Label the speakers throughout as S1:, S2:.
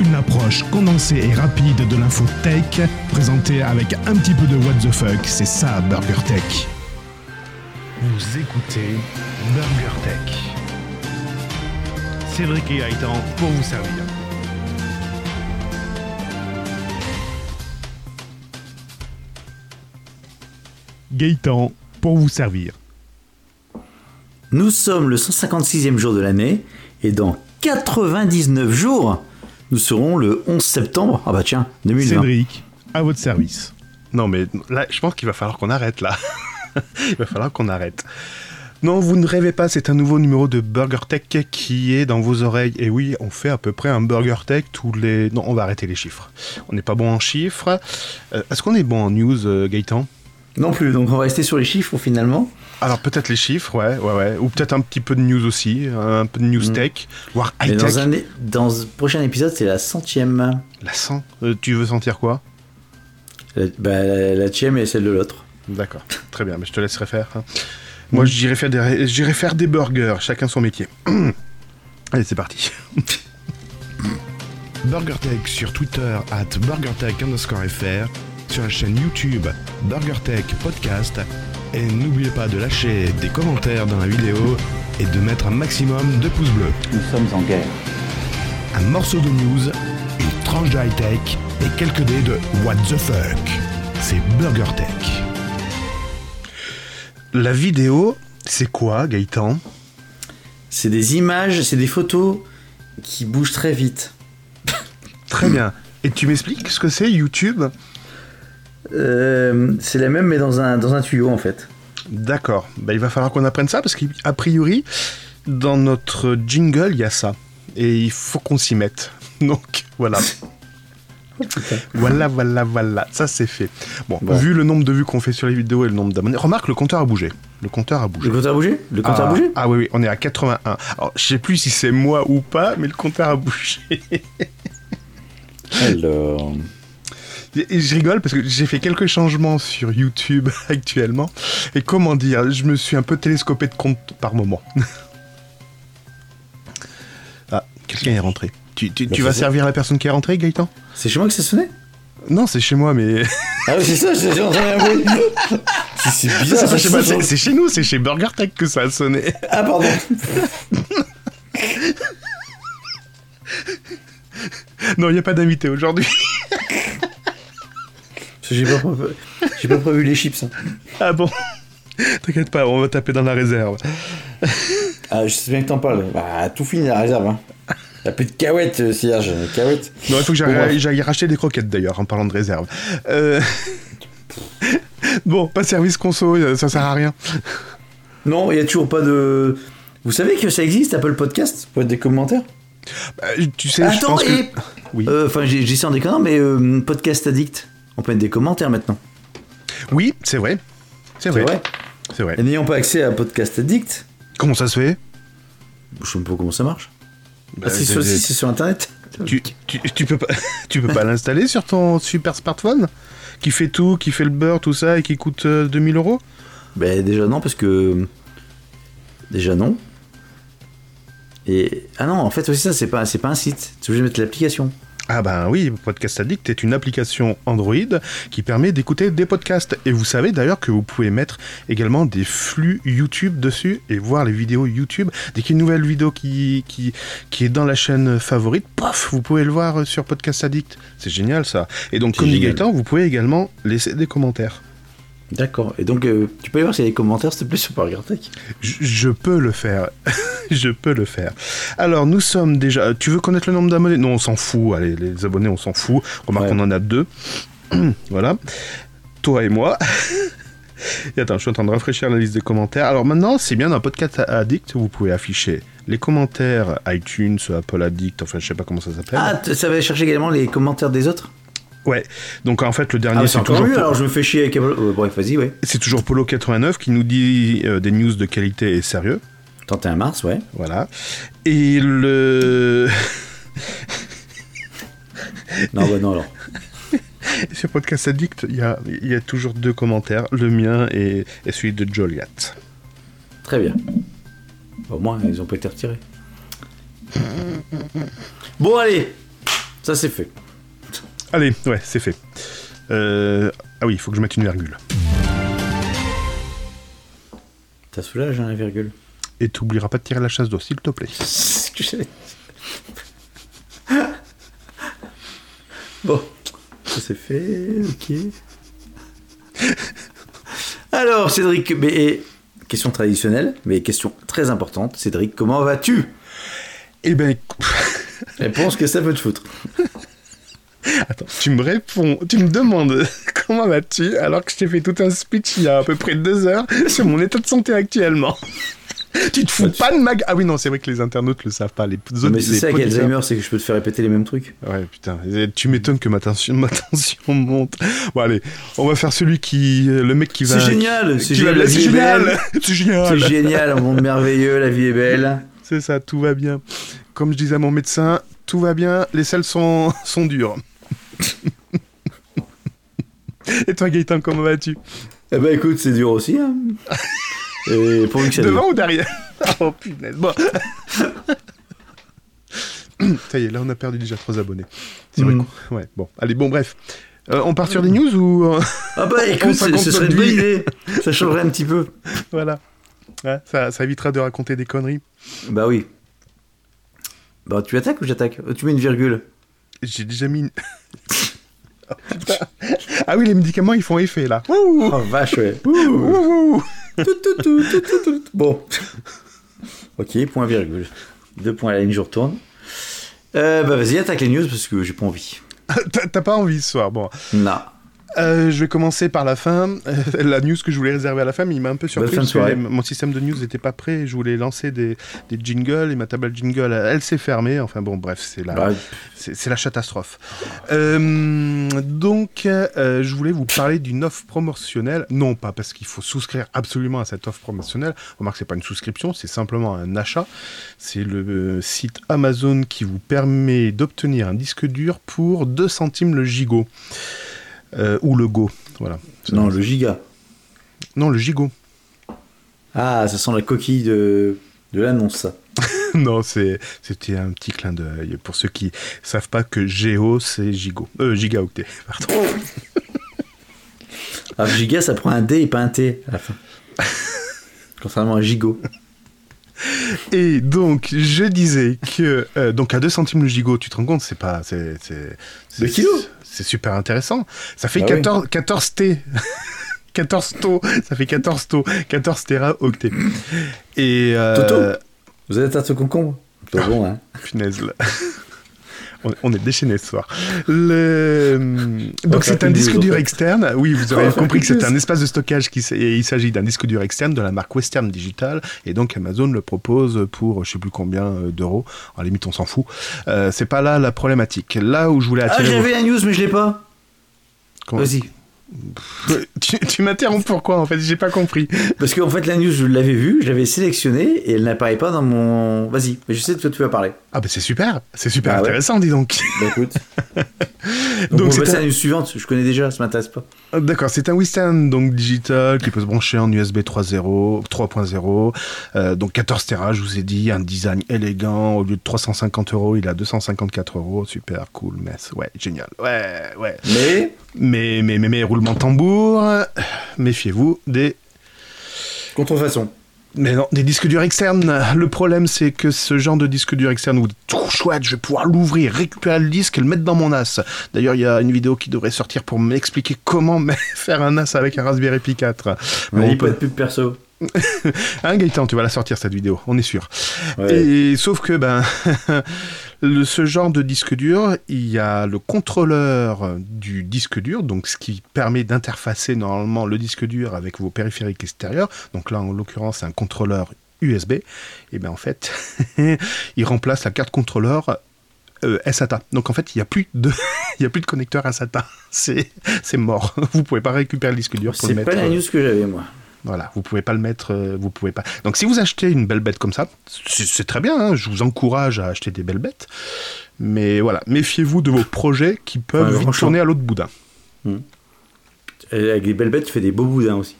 S1: une approche condensée et rapide de l'info tech, présentée avec un petit peu de what the fuck, c'est ça Burger Tech.
S2: Vous écoutez Burger Tech. Cédric et Gaëtan pour vous servir.
S1: Gaëtan, pour vous servir.
S3: Nous sommes le 156e jour de l'année et dans 99 jours, nous serons le 11 septembre. Ah bah tiens, 2020.
S1: Cédric, à votre service.
S2: Non mais là, je pense qu'il va falloir qu'on arrête là. Il va falloir qu'on arrête. Non, vous ne rêvez pas, c'est un nouveau numéro de Burger Tech qui est dans vos oreilles. Et oui, on fait à peu près un Burger Tech tous les... Non, on va arrêter les chiffres. On n'est pas bon en chiffres. Euh, Est-ce qu'on est bon en news, euh, Gaëtan
S3: Non plus, donc on va rester sur les chiffres finalement.
S2: Alors peut-être les chiffres, ouais, ouais, ouais. Ou peut-être un petit peu de news aussi, un peu de news
S3: Mm.
S2: tech, voire
S3: Et
S2: high tech.
S3: dans, un, é- dans le prochain épisode, c'est la centième.
S2: La 100. tu veux sentir quoi
S3: La, bah, la, la tième et celle de l'autre.
S2: D'accord, très bien, mais je te laisserai faire. hein. Moi, j'irai faire, des... j'irai faire des burgers, chacun son métier. Allez, c'est parti.
S1: BurgerTech sur Twitter at BurgerTech underscore FR, sur la chaîne YouTube BurgerTech Podcast. Et n'oubliez pas de lâcher des commentaires dans la vidéo et de mettre un maximum de pouces bleus.
S3: Nous sommes en guerre.
S1: Un morceau de news, une tranche de high-tech et quelques dés de What the fuck. C'est BurgerTech.
S2: La vidéo, c'est quoi, Gaëtan
S3: C'est des images, c'est des photos qui bougent très vite.
S2: Très bien. Et tu m'expliques ce que c'est YouTube
S3: Euh, c'est la même mais dans un, dans un tuyau en fait.
S2: D'accord. Bah, il va falloir qu'on apprenne ça parce qu'a priori, dans notre jingle, il y a ça. Et il faut qu'on s'y mette. Donc voilà. voilà, voilà, voilà. Ça c'est fait. Bon,
S3: Bon.
S2: vu le nombre de vues qu'on fait sur les vidéos et le nombre d'abonnés, remarque, le compteur a bougé. Le compteur a bougé.
S3: Le compteur a bougé Le compteur
S2: ah,
S3: a bougé
S2: Ah oui, oui, on est à 81. Alors, je sais plus si c'est moi ou pas, mais le compteur a bougé.
S3: Alors.
S2: Et Je rigole parce que j'ai fait quelques changements sur YouTube actuellement. Et comment dire, je me suis un peu télescopé de compte par moment. ah, quelqu'un est rentré. Tu, tu-
S3: Bah,
S2: tu
S3: c'est
S2: vas
S3: ça.
S2: servir la personne qui est rentrée, Gaëtan
S3: C'est chez moi que ça sonnait
S2: Non, c'est chez moi, mais.
S3: Ah oui, c'est ça, j'ai entendu un bruit. C'est- Ah, C'est
S2: C'est
S3: bizarre.
S2: pas chez moi,
S3: ça.
S2: c'est c'est chez nous, c'est chez Burger Tech que ça a sonné.
S3: Ah pardon.
S2: Non, il n'y a pas d'invité aujourd'hui.
S3: Parce que J'ai pas, prévu- j'ai pas prévu les chips. hein.
S2: Ah bon T'inquiète pas, on va taper dans la réserve.
S3: Ah, je sais bien que t'en parles. Bah, tout fini la réserve. Hein. Y'a plus de cahuètes, euh, Serge. Cahuètes.
S2: Non, il faut que
S3: Bon, bref.
S2: j'aille j'aille racheter des croquettes d'ailleurs, en parlant de réserve. Euh, bon, pas de service conso, euh, ça sert à rien.
S3: Non, il y a toujours pas de. Vous savez que ça existe, Apple Podcast Pour être des commentaires
S2: Euh, tu sais, je
S3: Attends,
S2: pense
S3: et.
S2: que... Oui.
S3: Euh, Enfin, j'ai j'ai ça en déconnant, mais euh, Podcast Addict. On peut mettre des commentaires maintenant.
S2: Oui, c'est vrai. C'est
S3: C'est
S2: vrai.
S3: vrai.
S2: C'est vrai.
S3: Et n'ayant pas accès à Podcast Addict,
S2: Comment ça se fait
S3: je sais même pas comment ça marche.
S2: Bah,
S3: Ah, c'est sur, si, c'est sur internet.
S2: tu, tu, tu peux pas, tu peux pas l'installer sur ton super smartphone qui fait tout, qui fait le beurre, tout ça, et qui coûte euh, 2000 euros
S3: Ben déjà non parce que déjà non. Et ah non en fait aussi ça c'est pas c'est pas un site. Tu obligé de mettre l'application.
S2: Ah ben oui, Podcast Addict est une application Android qui permet d'écouter des podcasts. Et vous savez d'ailleurs que vous pouvez mettre également des flux YouTube dessus et voir les vidéos YouTube. Dès qu'il y a une nouvelle vidéo qui, qui, qui est dans la chaîne favorite, paf, vous pouvez le voir euh, sur Podcast Addict. C'est génial ça. Et donc
S3: C'est
S2: comme dit
S3: génial.
S2: Gaëtan, vous pouvez également laisser des commentaires.
S3: D'accord. Et donc euh, tu peux aller voir s'il y a des commentaires s'il te plaît sur Burger Tech.
S2: Je, je peux le faire. je peux le faire. Alors, nous sommes déjà. euh, Tu veux connaître le nombre d'abonnés Non, on s'en fout. Allez, les abonnés, on s'en fout. Remarque,
S3: Ouais.
S2: on en a deux. voilà. Toi et moi. et attends, je suis en train de rafraîchir la liste des commentaires. Alors maintenant, c'est bien dans Podcast Addict, vous pouvez afficher les commentaires iTunes, Apple Addict, enfin, je sais pas comment ça s'appelle.
S3: Ah t- ça va chercher également les commentaires des autres.
S2: Ouais. Donc, en fait, le dernier,
S3: Ah bah, c'est
S2: c'est
S3: encore
S2: toujours.
S3: mieux
S2: Po-
S3: alors je me fais chier avec Apple. Euh, bref vas-y ouais.
S2: C'est toujours Polo89 qui nous dit euh, des news de qualité et sérieux.
S3: 31 mars ouais.
S2: Voilà. Et le.
S3: Non bah non alors.
S2: Sur Podcast Addict, il y a, il y a toujours deux commentaires, le mien et, et celui de Joliat.
S3: Très bien. Au moins ils ont pas été retirés. Bon allez. Ça, c'est fait.
S2: Allez, ouais, c'est fait. Euh, Ah oui, il faut que je mette une virgule.
S3: T'as soulage, hein, la virgule.
S2: Et t'oublieras pas de tirer la chasse d'eau, s'il te plaît.
S3: C'est ce que j'allais dire. bon, ça c'est fait, ok. Alors, Cédric, mais, question traditionnelle, mais question très importante. Cédric, comment vas-tu
S2: Eh ben, écou-
S3: Réponse que ça peut te foutre.
S2: attends, tu me réponds, tu me demandes comment vas-tu alors que je t'ai fait tout un speech il y a à peu près deux heures sur mon état de santé actuellement. tu te fous pas de mag. Ah oui, non, c'est vrai que les internautes le savent pas. Les autres,
S3: mais c'est
S2: les
S3: ça avec
S2: auditeurs-
S3: Alzheimer, c'est que je peux te faire répéter les mêmes trucs.
S2: Ouais, putain, et tu m'étonnes que ma tension, ma tension monte. Bon, allez, on va faire celui qui. euh, Le mec qui va.
S3: C'est génial,
S2: qui
S3: c'est
S2: va-
S3: génial, la
S2: C'est
S3: vie est
S2: génial
S3: belle.
S2: C'est
S3: C'est
S2: génial
S3: génial, un monde merveilleux, la vie est belle.
S2: C'est ça, tout va bien. Comme je disais à mon médecin, tout va bien, les selles sont, sont dures. Et toi, Gaëtan, comment vas-tu
S3: Eh ben écoute, c'est dur aussi. Hein. Et pourvu que ça dure.
S2: Devant ou derrière Oh punaise, bon Ça y est, là on a perdu déjà trois abonnés. C'est vrai
S3: Mm.
S2: qu'on- Ouais, bon, allez, bon, bref. Euh, on part sur des news ou. euh,
S3: Ah bah
S2: On
S3: écoute, ce,
S2: s'incompte
S3: ce serait une bonne
S2: lui.
S3: idée. Ça changerait un petit peu.
S2: voilà. Ouais, ça, ça évitera de raconter des conneries.
S3: Bah oui. Bah tu attaques ou j'attaque Euh, Tu mets une virgule.
S2: J'ai déjà mis une. Oh, putain. ah oui, les médicaments, ils font effet là. Wouh
S3: Oh vache, ouais.
S2: Wouh, wouh, wouh.
S3: Tout, tout, tout, tout, tout, tout. Bon. ok, point virgule. Deux points à la ligne, je retourne. Euh, bah vas-y, attaque les news parce que j'ai pas envie.
S2: T'as t'as pas envie ce soir, bon.
S3: Non.
S2: Euh, je vais commencer par la fin. Euh, la news que je voulais réserver à la fin, mais il m'a un peu
S3: Bonne
S2: surpris.
S3: fin de
S2: parce que
S3: soirée.
S2: les- mon système de news n'était pas prêt. Je voulais lancer des, des jingles et ma table jingle, elle s'est fermée. Enfin bon, bref, c'est la,
S3: Bah,
S2: c'est c'est la catastrophe. Euh, donc, euh, je voulais vous parler d'une offre promotionnelle. Non, pas parce qu'il faut souscrire absolument à cette offre promotionnelle. Remarque, c'est pas une souscription, c'est simplement un achat. C'est le euh, site Amazon qui vous permet d'obtenir un disque dur pour 2 centimes le gigot. Euh, ou le go, voilà.
S3: non, le giga.
S2: Non, le gigot.
S3: Ah, ça sent la coquille de, de l'annonce, ça.
S2: non, c'est- c'était un petit clin d'œil. Pour ceux qui savent pas que Géo, c'est gigot. Euh, gigaoctet, pardon.
S3: Alors Ah, giga, ça prend un D et pas un T à la fin. Contrairement à gigot.
S2: Et donc, je disais que. euh, donc, à 2 centimes le gigot, tu te rends compte, c'est pas. C'est. c'est- c'est-
S3: Le kilo
S2: C'est super intéressant. Ça fait
S3: Bah oui.
S2: 14, 14 T. 14 taux. Ça fait 14 taux. 14 téraoctets. Et. euh,
S3: Toto Vous êtes tarte au concombre Plutôt bon, hein
S2: Punaise, là. On on est déchaîné ce soir. Le...
S3: va
S2: Donc
S3: faire
S2: c'est un
S3: une
S2: disque
S3: news, en
S2: dur
S3: fait.
S2: externe. Oui, vous
S3: On
S2: aurez
S3: va faire
S2: compris que
S3: une
S2: c'est
S3: news.
S2: un espace de stockage. Qui... s- et Il s'agit d'un disque dur externe de la marque Western Digital. Et donc Amazon le propose pour je sais plus combien euh, d'euros. À la limite, on s'en fout. Euh, c'est pas là la problématique. Là où je voulais
S3: Ah,
S2: attirer... vos-
S3: j'avais la news, mais je l'ai pas
S2: Comment-
S3: Vas-y.
S2: tu tu m'interromps pourquoi en fait J'ai pas compris.
S3: Parce qu'en fait, la news, je l'avais vue, je l'avais sélectionnée, et elle n'apparaît pas dans mon... Vas-y, mais je sais de quoi tu vas parler.
S2: Ah bah c'est super. C'est super
S3: Bah ouais.
S2: intéressant, dis donc.
S3: Bah écoute. Donc, bah,
S2: Donc,
S3: on va
S2: c'est
S3: passer
S2: un-
S3: à la news suivante, je connais déjà, ça m'intéresse pas.
S2: Ah, D'accord, c'est un Western donc digital qui peut se brancher en USB 3.0, 3.0, euh, donc 14 Tera, je vous ai dit, un design élégant, au lieu de 350 euros, il a 254 euros, super cool, mess, ouais, génial, ouais, ouais.
S3: Mais,
S2: Mais, mais, mais, mais, roulement de tambour, euh, méfiez-vous des,
S3: contrefaçon.
S2: mais non, des disques durs externes. Le problème, c'est que ce genre de disque dur externe, vous dites, Ouh, chouette, je vais pouvoir l'ouvrir, récupérer le disque et le mettre dans mon as. D'ailleurs, il y a une vidéo qui devrait sortir pour m'expliquer comment faire un as avec un Raspberry Pi 4.
S3: Mais
S2: on
S3: il
S2: peut-
S3: pas de pub perso.
S2: Hein Gaëtan, tu vas la sortir cette vidéo, on est sûr.
S3: Ouais.
S2: Et sauf que ben le, ce genre de disque dur, il y a le contrôleur du disque dur, donc ce qui permet d'interfacer normalement le disque dur avec vos périphériques extérieurs. Donc là en l'occurrence c'est un contrôleur USB. Et ben en fait il remplace la carte contrôleur euh, SATA. Donc en fait il n'y a plus de il y a plus de connecteur SATA. C'est c'est mort. Vous pouvez pas récupérer le disque dur pour
S3: C'est
S2: le mettre. euh,
S3: pas la news que j'avais, moi.
S2: Voilà, vous pouvez pas le mettre, euh, vous pouvez pas. Donc si vous achetez une belle bête comme ça, c'est c'est très bien. hein, je vous encourage à acheter des belles bêtes, mais voilà, méfiez-vous de vos projets qui
S3: Ouais,
S2: peuvent vite
S3: franchement.
S2: tourner à l'autre boudin.
S3: Et Euh, Avec les belles bêtes, tu fais des beaux boudins aussi.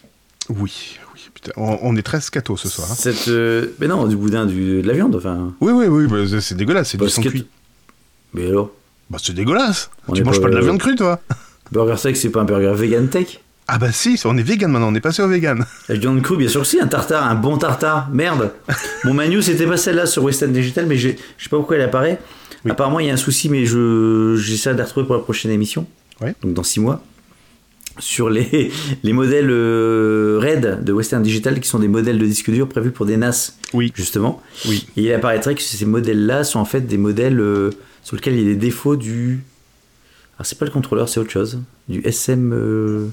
S2: Oui, oui, putain, on, on est très scato ce soir. hein.
S3: Cette, euh, Mais non, du boudin, du... de la viande, enfin...
S2: Oui, oui, oui, bah, c'est- c'est dégueulast, c'est du
S3: Parce
S2: sang
S3: que-
S2: cuit.
S3: Mais alors
S2: Bah, c'est dégueulasse.
S3: On est
S2: tu manges
S3: pas- euh,
S2: pas de la viande crue, toi
S3: Burger Tech, c'est pas un burger vegan tech
S2: Ah bah si, on est vegan maintenant, on est passé au vegan.
S3: La viande crue, bien sûr que si, un tartare, un bon tartare, merde. Mon manu, c'était pas celle-là sur Western Digital, mais j'ai- je sais pas pourquoi elle apparaît. Apparemment, il y a un souci, mais je j'essaie de la retrouver pour la prochaine émission.
S2: Ouais.
S3: Donc dans six mois. Sur les, les modèles euh, RAID de Western Digital, qui sont des modèles de disques durs prévus pour des NAS,
S2: Oui.
S3: justement.
S2: Oui.
S3: Et il apparaîtrait que ces modèles-là sont en fait des modèles euh, sur lesquels il y a des défauts du. Alors, c'est pas le contrôleur, c'est autre chose. Du SM. euh,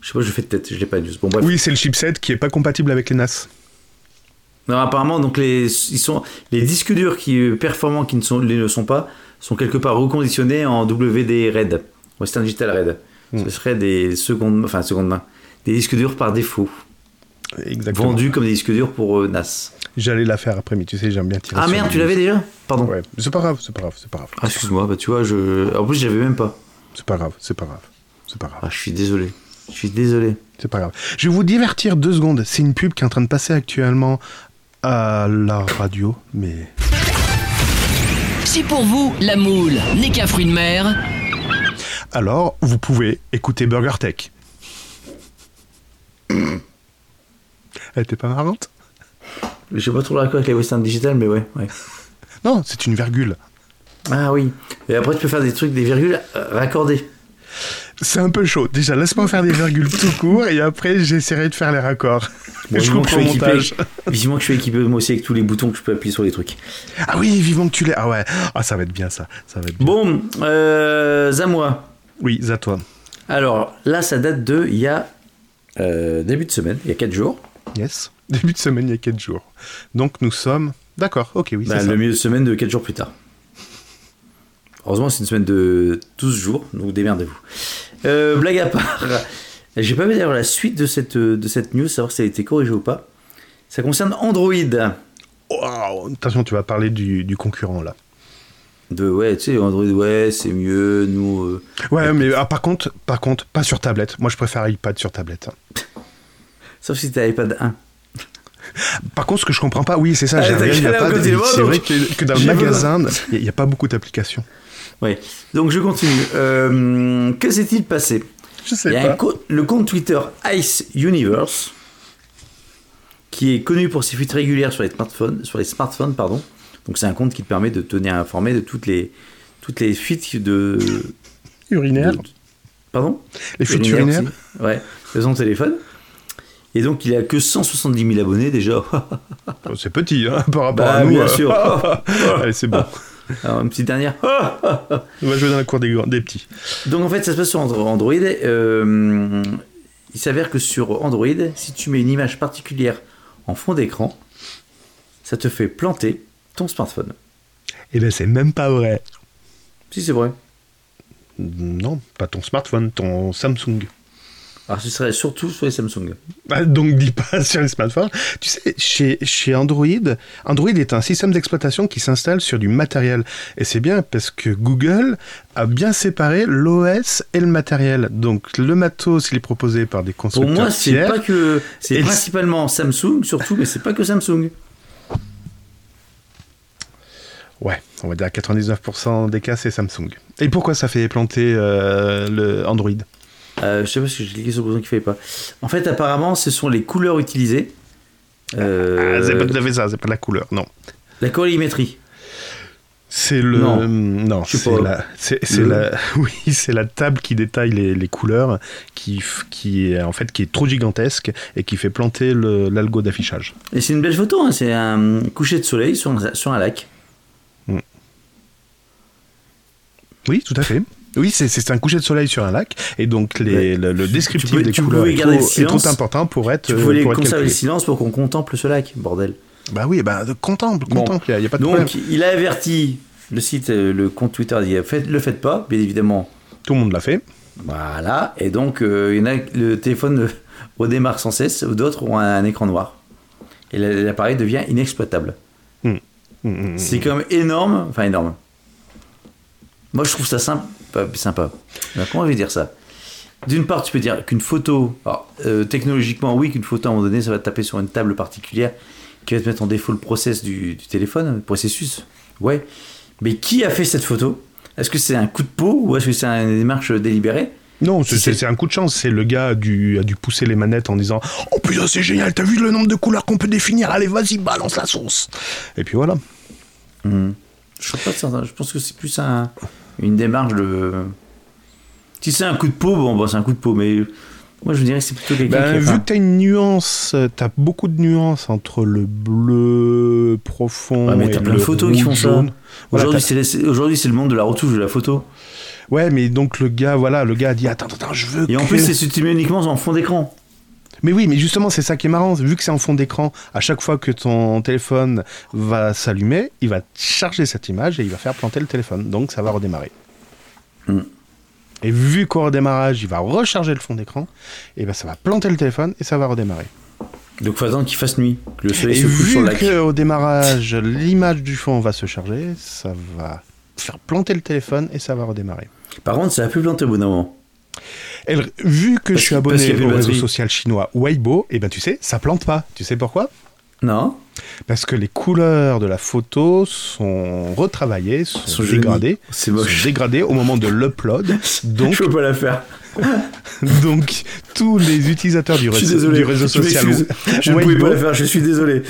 S3: Je sais pas, je fais de tête, je l'ai pas news. Bon, bref.
S2: Oui, c'est le chipset qui est pas compatible avec les NAS.
S3: Non, apparemment, donc les, ils sont, les disques durs qui euh, performants qui ne sont, les ne sont pas sont quelque part reconditionnés en WD RAID, Western Digital RAID.
S2: Hmm.
S3: Ce serait des secondes, enfin secondes main, des disques durs par défaut,
S2: Exactement.
S3: vendus comme des disques durs pour euh, NAS.
S2: J'allais la faire après, mais tu sais, j'aime bien tirer.
S3: Ah
S2: sur
S3: merde,
S2: les-
S3: tu l'avais déjà Pardon.
S2: Ouais, c'est pas grave, c'est pas grave, c'est pas grave.
S3: Ah, excuse-moi, bah tu vois, je, en plus je l'avais même pas.
S2: C'est pas grave, c'est pas grave. C'est pas grave,
S3: Ah, je suis désolé. Je suis désolé.
S2: c'est pas grave. Je vais vous divertir deux secondes. C'est une pub qui est en train de passer actuellement à la radio, mais
S4: Si pour vous, la moule n'est qu'un fruit de mer,
S2: alors vous pouvez écouter Burger Tech. Elle était pas marrante
S3: Je sais pas trop le raccord avec les Western Digital, mais ouais, ouais.
S2: Non, c'est une virgule.
S3: Ah oui. Et après, tu peux faire des trucs, des virgules euh, raccordées.
S2: C'est un peu chaud. Déjà, laisse-moi faire des virgules tout court et après j'essaierai de faire les raccords.
S3: Bon,
S2: je
S3: vivement que
S2: coupe
S3: je
S2: au
S3: suis
S2: montage.
S3: équipé. Vivement que je suis équipé moi aussi avec tous les boutons que je peux appuyer sur les trucs.
S2: Ah oui, vivement que tu l'aies. Ah ouais. Ah ça va être bien ça. Ça va être bien.
S3: Bon, euh, Zamois.
S2: Oui, à toi.
S3: Alors là, ça date de il y a euh, début de semaine, il y a 4 jours.
S2: Yes. Début de semaine, il y a 4 jours. Donc nous sommes. D'accord, ok, oui,
S3: Bah,
S2: c'est ça.
S3: le milieu de semaine de 4 jours plus tard. Heureusement, c'est une semaine de 12 jours, donc démerdez-vous. Euh, blague à part, j'ai pas vu d'ailleurs la suite de cette, de cette news, savoir si elle a été corrigée ou pas. Ça concerne Android.
S2: Waouh, Oh, attention, tu vas parler du, du concurrent là.
S3: De ouais, tu sais, Android, ouais, c'est mieux, nous. euh,
S2: Ouais, mais ah, par contre, par contre, pas sur tablette. Moi, je préfère iPad sur tablette.
S3: Sauf si t'as iPad 1.
S2: Par contre, ce que je comprends pas, oui, c'est ça.
S3: Ah,
S2: j'ai
S3: t'as
S2: regardé, il y a
S3: galéré
S2: pas
S3: au
S2: de-
S3: quotidien,
S2: C'est
S3: donc.
S2: vrai que, que dans le
S3: J'ai
S2: magasin, il n'y a, pas beaucoup d'applications.
S3: Ouais. Donc je continue. Euh, que s'est-il passé
S2: Je
S3: Il y
S2: sais
S3: a un co- le compte Twitter Ice Universe qui est connu pour ses fuites régulières sur les smartphones, sur les smartphones pardon. Donc c'est un compte qui te permet de te tenir informé de toutes les toutes les fuites de,
S2: Urinaire.
S3: de- pardon
S2: Les fuites
S3: Urinaires
S2: urinaires.
S3: aussi. Ouais, de son téléphone. Et donc il a que 170 000 abonnés déjà.
S2: Oh, C'est petit, hein, par rapport
S3: Bah,
S2: à nous.
S3: bien
S2: euh.
S3: sûr.
S2: Allez, c'est bon.
S3: Alors, une petite dernière.
S2: On va jouer dans la cour des, grands- des petits.
S3: Donc en fait, ça se passe sur Andro- Android. Euh, il s'avère que sur Android, si tu mets une image particulière en fond d'écran, ça te fait planter ton smartphone.
S1: Eh
S2: Et ben, c'est même pas vrai.
S3: Si c'est vrai.
S2: Non, pas ton smartphone, ton Samsung.
S3: Alors ce serait surtout sur les Samsung.
S2: Ah, donc dis pas sur les smartphones. Tu sais, chez, chez Android, Android est un système d'exploitation qui s'installe sur du matériel. Et c'est bien parce que Google a bien séparé l'OS et le matériel. Donc le matos, il est proposé par des
S3: Pour
S2: constructeurs
S3: moi, c'est
S2: tiers.
S3: pas que c'est
S2: Et-
S3: principalement Samsung surtout, mais c'est pas que Samsung.
S2: Ouais, on va dire à 99% des cas, c'est Samsung. Et pourquoi ça fait planter euh, le Android
S3: Euh, je sais pas si j'ai cliqué sur le bouton qui fait pas. En fait, apparemment, ce sont les couleurs utilisées. Euh,
S2: Ah, C'est pas tout à fait ça, c'est pas la couleur, non.
S3: la colorimétrie.
S2: C'est le euh,
S3: Non.
S2: non,
S3: Je sais
S2: c'est
S3: pas.
S2: la c'est c'est
S3: Le-
S2: la oui c'est la table qui détaille les, les couleurs qui f- qui est en fait qui est trop gigantesque et qui fait planter le- l'algo d'affichage.
S3: Et c'est une belle photo, hein, c'est un coucher de soleil sur, un- sur un lac.
S2: Oui, tout à fait. Oui, c'est- c'est un coucher de soleil sur un lac et donc les,
S3: Ouais.
S2: le, le descriptif
S3: pouvais-
S2: des
S3: tu
S2: couleurs
S3: pouvais
S2: est trop,
S3: garder le
S2: est trop
S3: silence.
S2: important pour être
S3: Tu voulais
S2: Euh, pour être
S3: conserver le
S2: calculé.
S3: silence pour qu'on contemple ce lac, bordel.
S2: Bah oui, bah contemple,
S3: Bon.
S2: contemple, il y a, pas de
S3: Donc,
S2: problème.
S3: il a averti le site, euh, le compte Twitter, il dit faites, le faites pas, bien évidemment.
S2: Tout le monde l'a fait.
S3: Voilà, et donc euh, il y en a que le téléphone euh, redémarre sans cesse, d'autres ont un, écran noir. Et la- l'appareil devient inexploitable.
S2: Mm, mm.
S3: C'est quand même énorme, enfin énorme. Moi, je trouve ça sympa. sympa. Alors, comment je vais dire ça D'une part, tu peux dire qu'une photo, alors, euh, technologiquement, oui, qu'une photo à un moment donné, ça va taper sur une table particulière qui va te mettre en défaut le process du, du téléphone, le processus. Ouais. Mais qui a fait cette photo Est-ce que c'est un coup de peau ou est-ce que c'est une démarche délibérée
S2: Non, c'est-
S3: Si
S2: c'est
S3: c'est-
S2: c'est un coup de chance. C'est le gars a dû, a dû pousser les manettes en disant Oh putain, c'est génial, t'as vu le nombre de couleurs qu'on peut définir Allez, vas-y, balance la sauce Et puis voilà.
S3: Je suis pas certain. Je pense que c'est plus un- une démarche de. Si c'est un coup de peau, bon, bah, c'est un coup de peau, mais moi je dirais que c'est plutôt quelqu'un
S2: Ben,
S3: qui.
S2: vu que t'as une nuance, euh, t'as beaucoup de nuances entre le bleu profond
S3: Ouais, mais
S2: et
S3: t'as
S2: le
S3: plein de photos qui font
S2: rouge
S3: ça.
S2: jaune. Voilà,
S3: Aujourd'hui,
S2: t'as-
S3: c'est la- aujourd'hui, c'est le monde de la retouche de la photo.
S2: ouais, mais donc le gars, voilà, le gars a dit attends, attends, attends, je veux.
S3: Et en
S2: que-
S3: plus, c'est supprimé uniquement en fond d'écran.
S2: Mais oui, mais justement, c'est ça qui est marrant. Vu que c'est en fond d'écran, à chaque fois que ton téléphone va s'allumer, il va charger cette image et il va faire planter le téléphone. Donc ça va redémarrer.
S3: Hmm.
S2: Et vu qu'au redémarrage, il va recharger le fond d'écran, et ben ça va planter le téléphone et ça va redémarrer.
S3: Donc, faut attendre qu'il fasse nuit, que le soleil
S2: Et
S3: se couche sur
S2: vu
S3: le lac.
S2: qu'au démarrage, l'image du fond va se charger, ça va faire planter le téléphone et ça va redémarrer.
S3: Par contre, ça a plus planté au bout d'un moment.
S2: Et le- vu
S3: Parce
S2: que je suis
S3: qu'il- parce qu'il y
S2: abonné
S3: avait
S2: au
S3: la
S2: réseau
S3: batterie.
S2: social chinois Weibo, et ben tu sais, ça plante pas. Tu sais pourquoi
S3: Non
S2: Parce que les couleurs de la photo sont retravaillées, sont,
S3: Sont jaunies.
S2: dégradées,
S3: C'est moche.
S2: sont dégradées au moment de l'upload.
S3: Donc,
S2: Donc,
S3: je peux pas la faire.
S2: donc tous les utilisateurs du,
S3: Je suis
S2: réseau-
S3: désolé.
S2: du réseau
S3: Je
S2: social
S3: m'excuse. Je ne pouvais
S2: Weibo,
S3: pas la faire, je suis désolé.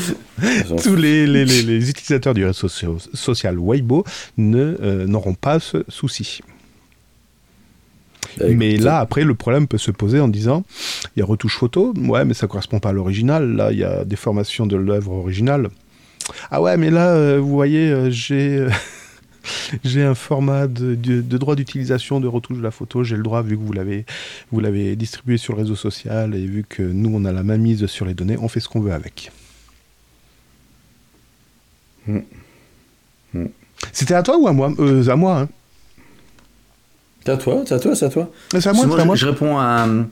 S2: tous les, les- les- les utilisateurs du réseau so- social Weibo ne, euh, n'auront pas ce souci. Mais là, après, le problème peut se poser en disant il y a retouche photo, ouais, mais ça correspond pas à l'original. Là, il y a déformation de l'œuvre originale. Ah ouais, mais là, euh, vous voyez, euh, j'ai. euh, J'ai un format de, de- de droit d'utilisation de retouche de la photo. J'ai le droit, vu que vous l'avez, vous l'avez distribué sur le réseau social et vu que nous, on a la main mise sur les données, on fait ce qu'on veut avec.
S3: Mm. Mm.
S2: C'était à toi ou à moi Euh, À moi. hein.
S3: C'est à toi, c'est à toi, c'est à toi.
S2: C'est à moi, c'est à moi.
S3: je, je réponds à euh,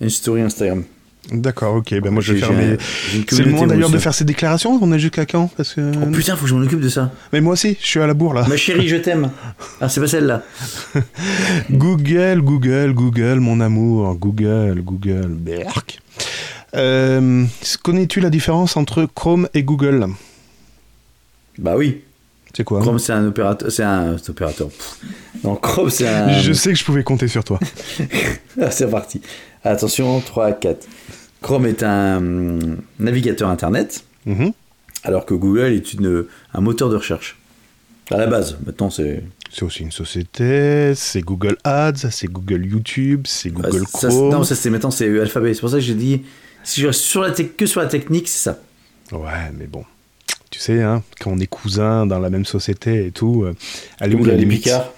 S3: une story Instagram.
S2: D'accord, ok. Ben moi, je vais
S3: J'ai-
S2: faire
S3: j'ai
S2: mes-
S3: un- j'ai une
S2: C'est le
S3: communauté, moi
S2: moment d'ailleurs de
S3: aussi.
S2: faire ces déclarations. On est jusqu'à quand Parce que.
S3: Oh putain, faut que je m'en occupe de ça.
S2: Mais moi aussi, je suis à la bourre là.
S3: Ma chérie, je t'aime. Ah, c'est pas celle-là.
S2: Google, Google, Google, mon amour, Google, Google, berk. Euh, Connais-tu la différence entre Chrome et Google
S3: Bah oui.
S2: C'est quoi
S3: Chrome, c'est un opérateur. C'est un c'est opérateur. Pff. Non, Chrome, c'est un.
S2: Je sais que je pouvais compter sur toi.
S3: Ah, c'est parti. Attention, 3, 4. Chrome est un hum, navigateur internet,
S2: Mhm.
S3: alors que Google est une, un moteur de recherche. À la base, maintenant c'est.
S2: C'est aussi une société, c'est Google Ads, c'est Google YouTube, c'est Google
S3: Ah, ça,
S2: Chrome.
S3: non, ça c'est maintenant c'est Alphabet. C'est pour ça que j'ai dit. Si je reste sur la tech- que sur la technique, c'est ça.
S2: Ouais, mais bon. Tu sais, hein, quand on est cousins dans la même société et tout, euh, elle est où la limite
S3: Picard.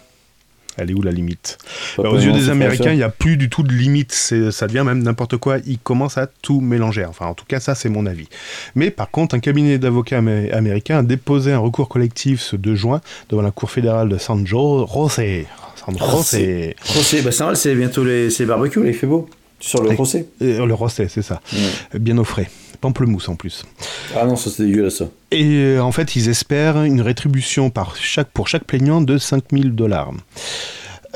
S2: Elle est où la limite
S3: Pas
S2: Alors,
S3: pas
S2: Bah, Aux yeux
S3: vraiment,
S2: des
S3: c'est
S2: Américains,
S3: français.
S2: il n'y a plus du tout de limite. C'est- Ça devient même n'importe quoi. Ils commencent à tout mélanger. Enfin, en tout cas, ça, c'est mon avis. Mais par contre, un cabinet d'avocats amé- américain a déposé un recours collectif ce 2 juin devant la Cour fédérale de San Jo- Jose. San Jose.
S3: José. José, bah c'est normal, c'est bientôt les, c'est les barbecues, là, il fait beau. Tu sors le
S2: Et-
S3: José.
S2: Euh, Le Jose, c'est ça. Bien au frais. Pamplemousse en plus.
S3: Ah non, ça c'est dégueulasse ça.
S2: Et euh, en fait, ils espèrent une rétribution par chaque, pour chaque plaignant de 5000 dollars.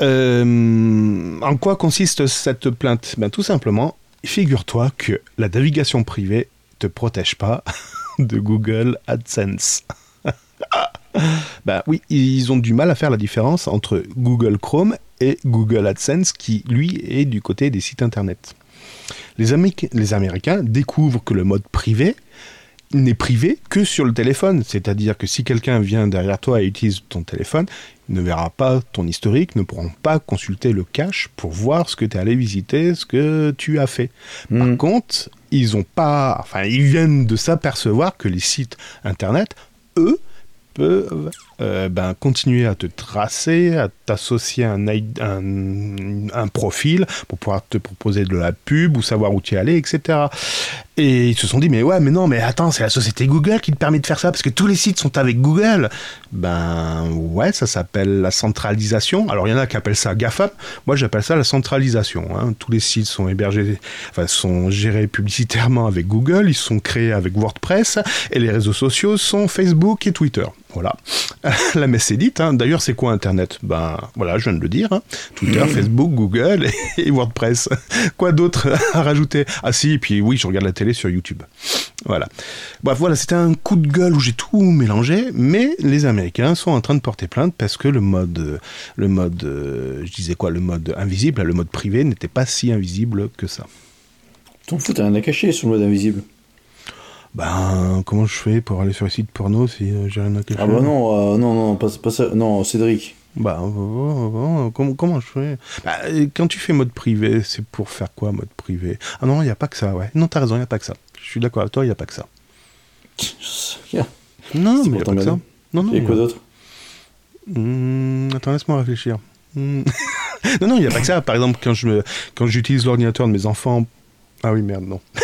S2: Euh, en quoi consiste cette plainte ben, Tout simplement, figure-toi que la navigation privée te protège pas de Google AdSense. ben oui, ils ont du mal à faire la différence entre Google Chrome et Google AdSense qui, lui, est du côté des sites internet. Les, Améric- les Américains découvrent que le mode privé n'est privé que sur le téléphone. C'est-à-dire que si quelqu'un vient derrière toi et utilise ton téléphone, il ne verra pas ton historique, ne pourront pas consulter le cache pour voir ce que tu es allé visiter, ce que tu as fait. Par
S3: Mm.
S2: contre, ils ont pas, enfin, ils viennent de s'apercevoir que les sites internet, eux, peuvent euh, ben, continuer à te tracer, à t'associer un, ID un, un profil pour pouvoir te proposer de la pub ou savoir où tu es allé, etc. Et ils se sont dit, mais ouais, mais non, mais attends, c'est la société Google qui te permet de faire ça, parce que tous les sites sont avec Google. Ben ouais, ça s'appelle la centralisation. Alors il y en a qui appellent ça GAFAM, moi j'appelle ça la centralisation. hein. Tous les sites sont hébergés, enfin sont gérés publicitairement avec Google, ils sont créés avec WordPress, et les réseaux sociaux sont Facebook et Twitter. Voilà. la messe est dite. hein. D'ailleurs, c'est quoi Internet Ben voilà, je viens de le dire. hein. Twitter, Facebook, Google et WordPress. Quoi d'autre à rajouter Ah si, et puis oui, je regarde la télé sur YouTube. Voilà. Bref, voilà, c'était un coup de gueule où j'ai tout mélangé, mais les Américains sont en train de porter plainte parce que le mode, le mode, euh, je disais quoi, le mode invisible, le mode privé n'était pas si invisible que ça.
S3: T'en fous, t'as rien à cacher sur le mode invisible.
S2: Ben, comment je fais pour aller sur les sites porno si euh, j'ai rien à cacher
S3: Ah bah non, euh, non, non, pas, pas ça. Non, Cédric.
S2: Bah, on va voir, on va voir. Comment, comment je fais Bah, euh, Quand tu fais mode privé, c'est pour faire quoi, mode privé Ah non, il n'y a pas que ça, ouais. Non, t'as raison, il n'y a pas que ça. Je suis d'accord avec toi, il n'y a pas que ça.
S3: Tiens,
S2: Non,
S3: C'est
S2: mais il n'y a
S3: pour
S2: pas que ça.
S3: t'emmerder.
S2: Non, non.
S3: Et
S2: y a-
S3: quoi d'autre
S2: Hmm, attends, laisse-moi réfléchir. Hmm. non, non, il n'y a pas que ça. Par exemple, quand je me, quand j'utilise l'ordinateur de mes enfants. Ah oui, merde, non.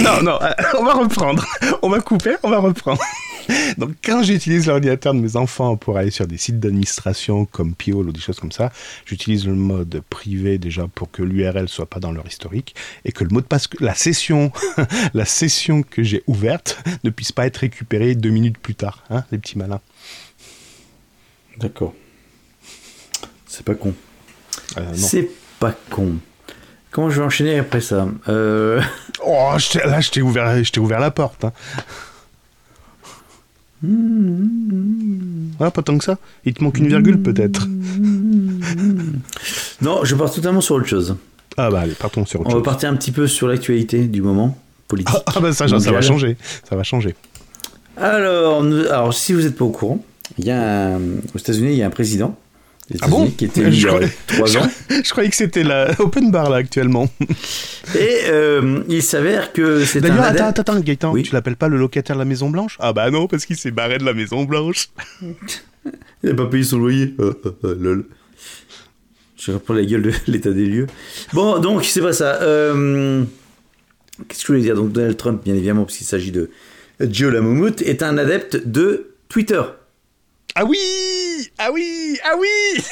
S2: non, non, euh, on va reprendre. On va couper, on va reprendre. Donc, quand j'utilise l'ordinateur de mes enfants pour aller sur des sites d'administration comme Piol ou des choses comme ça, j'utilise le mode privé déjà pour que l'URL soit pas dans leur historique et que le mot de passe, que- la session, la session que j'ai ouverte ne puisse pas être récupérée deux minutes plus tard, hein, les petits malins.
S3: D'accord. C'est pas con.
S2: Euh, non.
S3: C'est pas con. Comment je vais enchaîner après ça Euh,
S2: Oh, je t'ai- là, je t'ai ouvert, je t'ai ouvert la porte. hein. Ah, pas tant que ça. Il te manque une virgule, peut-être.
S3: Non, je pars totalement sur autre chose.
S2: Ah bah allez, partons sur autre
S3: On va
S2: chose.
S3: partir un petit peu sur l'actualité du moment politique.
S2: Ah, ah, bah ça, ça, ça va
S3: mondiale.
S2: changer. Ça va changer.
S3: Alors, nous- alors, si vous n'êtes pas au courant, il y a un- aux États-Unis, il y a un président des
S2: Ah bon
S3: États-Unis qui était élu il y a
S2: croyais-
S3: trois
S2: je
S3: ans.
S2: croyais- je croyais que c'était la open bar là actuellement.
S3: Et euh, il s'avère que c'est un
S2: D'ailleurs, attends,
S3: adepte-
S2: attends, attends, Gaëtan,
S3: Oui.
S2: tu l'appelles pas le locataire de la Maison Blanche Ah bah non, parce qu'il s'est barré de la Maison Blanche.
S3: Il n'a pas payé son loyer. Euh, euh, euh, lol. Je reprends la gueule de l'état des lieux. Bon, donc, c'est pas ça. Euh, Qu'est-ce que je voulais dire Donc, Donald Trump, bien évidemment, parce qu'il s'agit de Joe la moumoute, est un adepte de Twitter.
S2: Ah oui, ah oui, ah oui.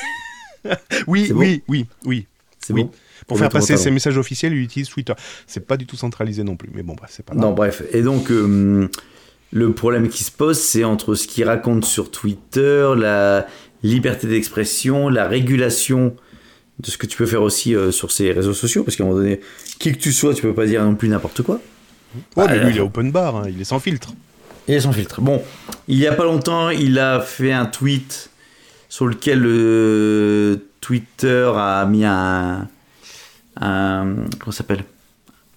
S2: oui,
S3: C'est bon
S2: oui, oui, oui.
S3: C'est
S2: Oui.
S3: bon
S2: Pour
S3: Oui,
S2: faire
S3: ton
S2: passer
S3: pantalon.
S2: ses messages officiels, il utilise Twitter. C'est pas du tout centralisé non plus, mais bon, bah, c'est pas grave.
S3: Non, bref. Et donc, euh, le problème qui se pose, c'est entre ce qu'il raconte sur Twitter, la liberté d'expression, la régulation de ce que tu peux faire aussi euh, sur ces réseaux sociaux, parce qu'à un moment donné, qui que tu sois, tu peux pas dire non plus n'importe quoi.
S2: Oh, mais
S3: Ah,
S2: lui, il est open bar, hein, il est sans filtre.
S3: Il est sans filtre. Bon, il y a pas longtemps, il a fait un tweet sur lequel euh, Twitter a mis un. un comment ça s'appelle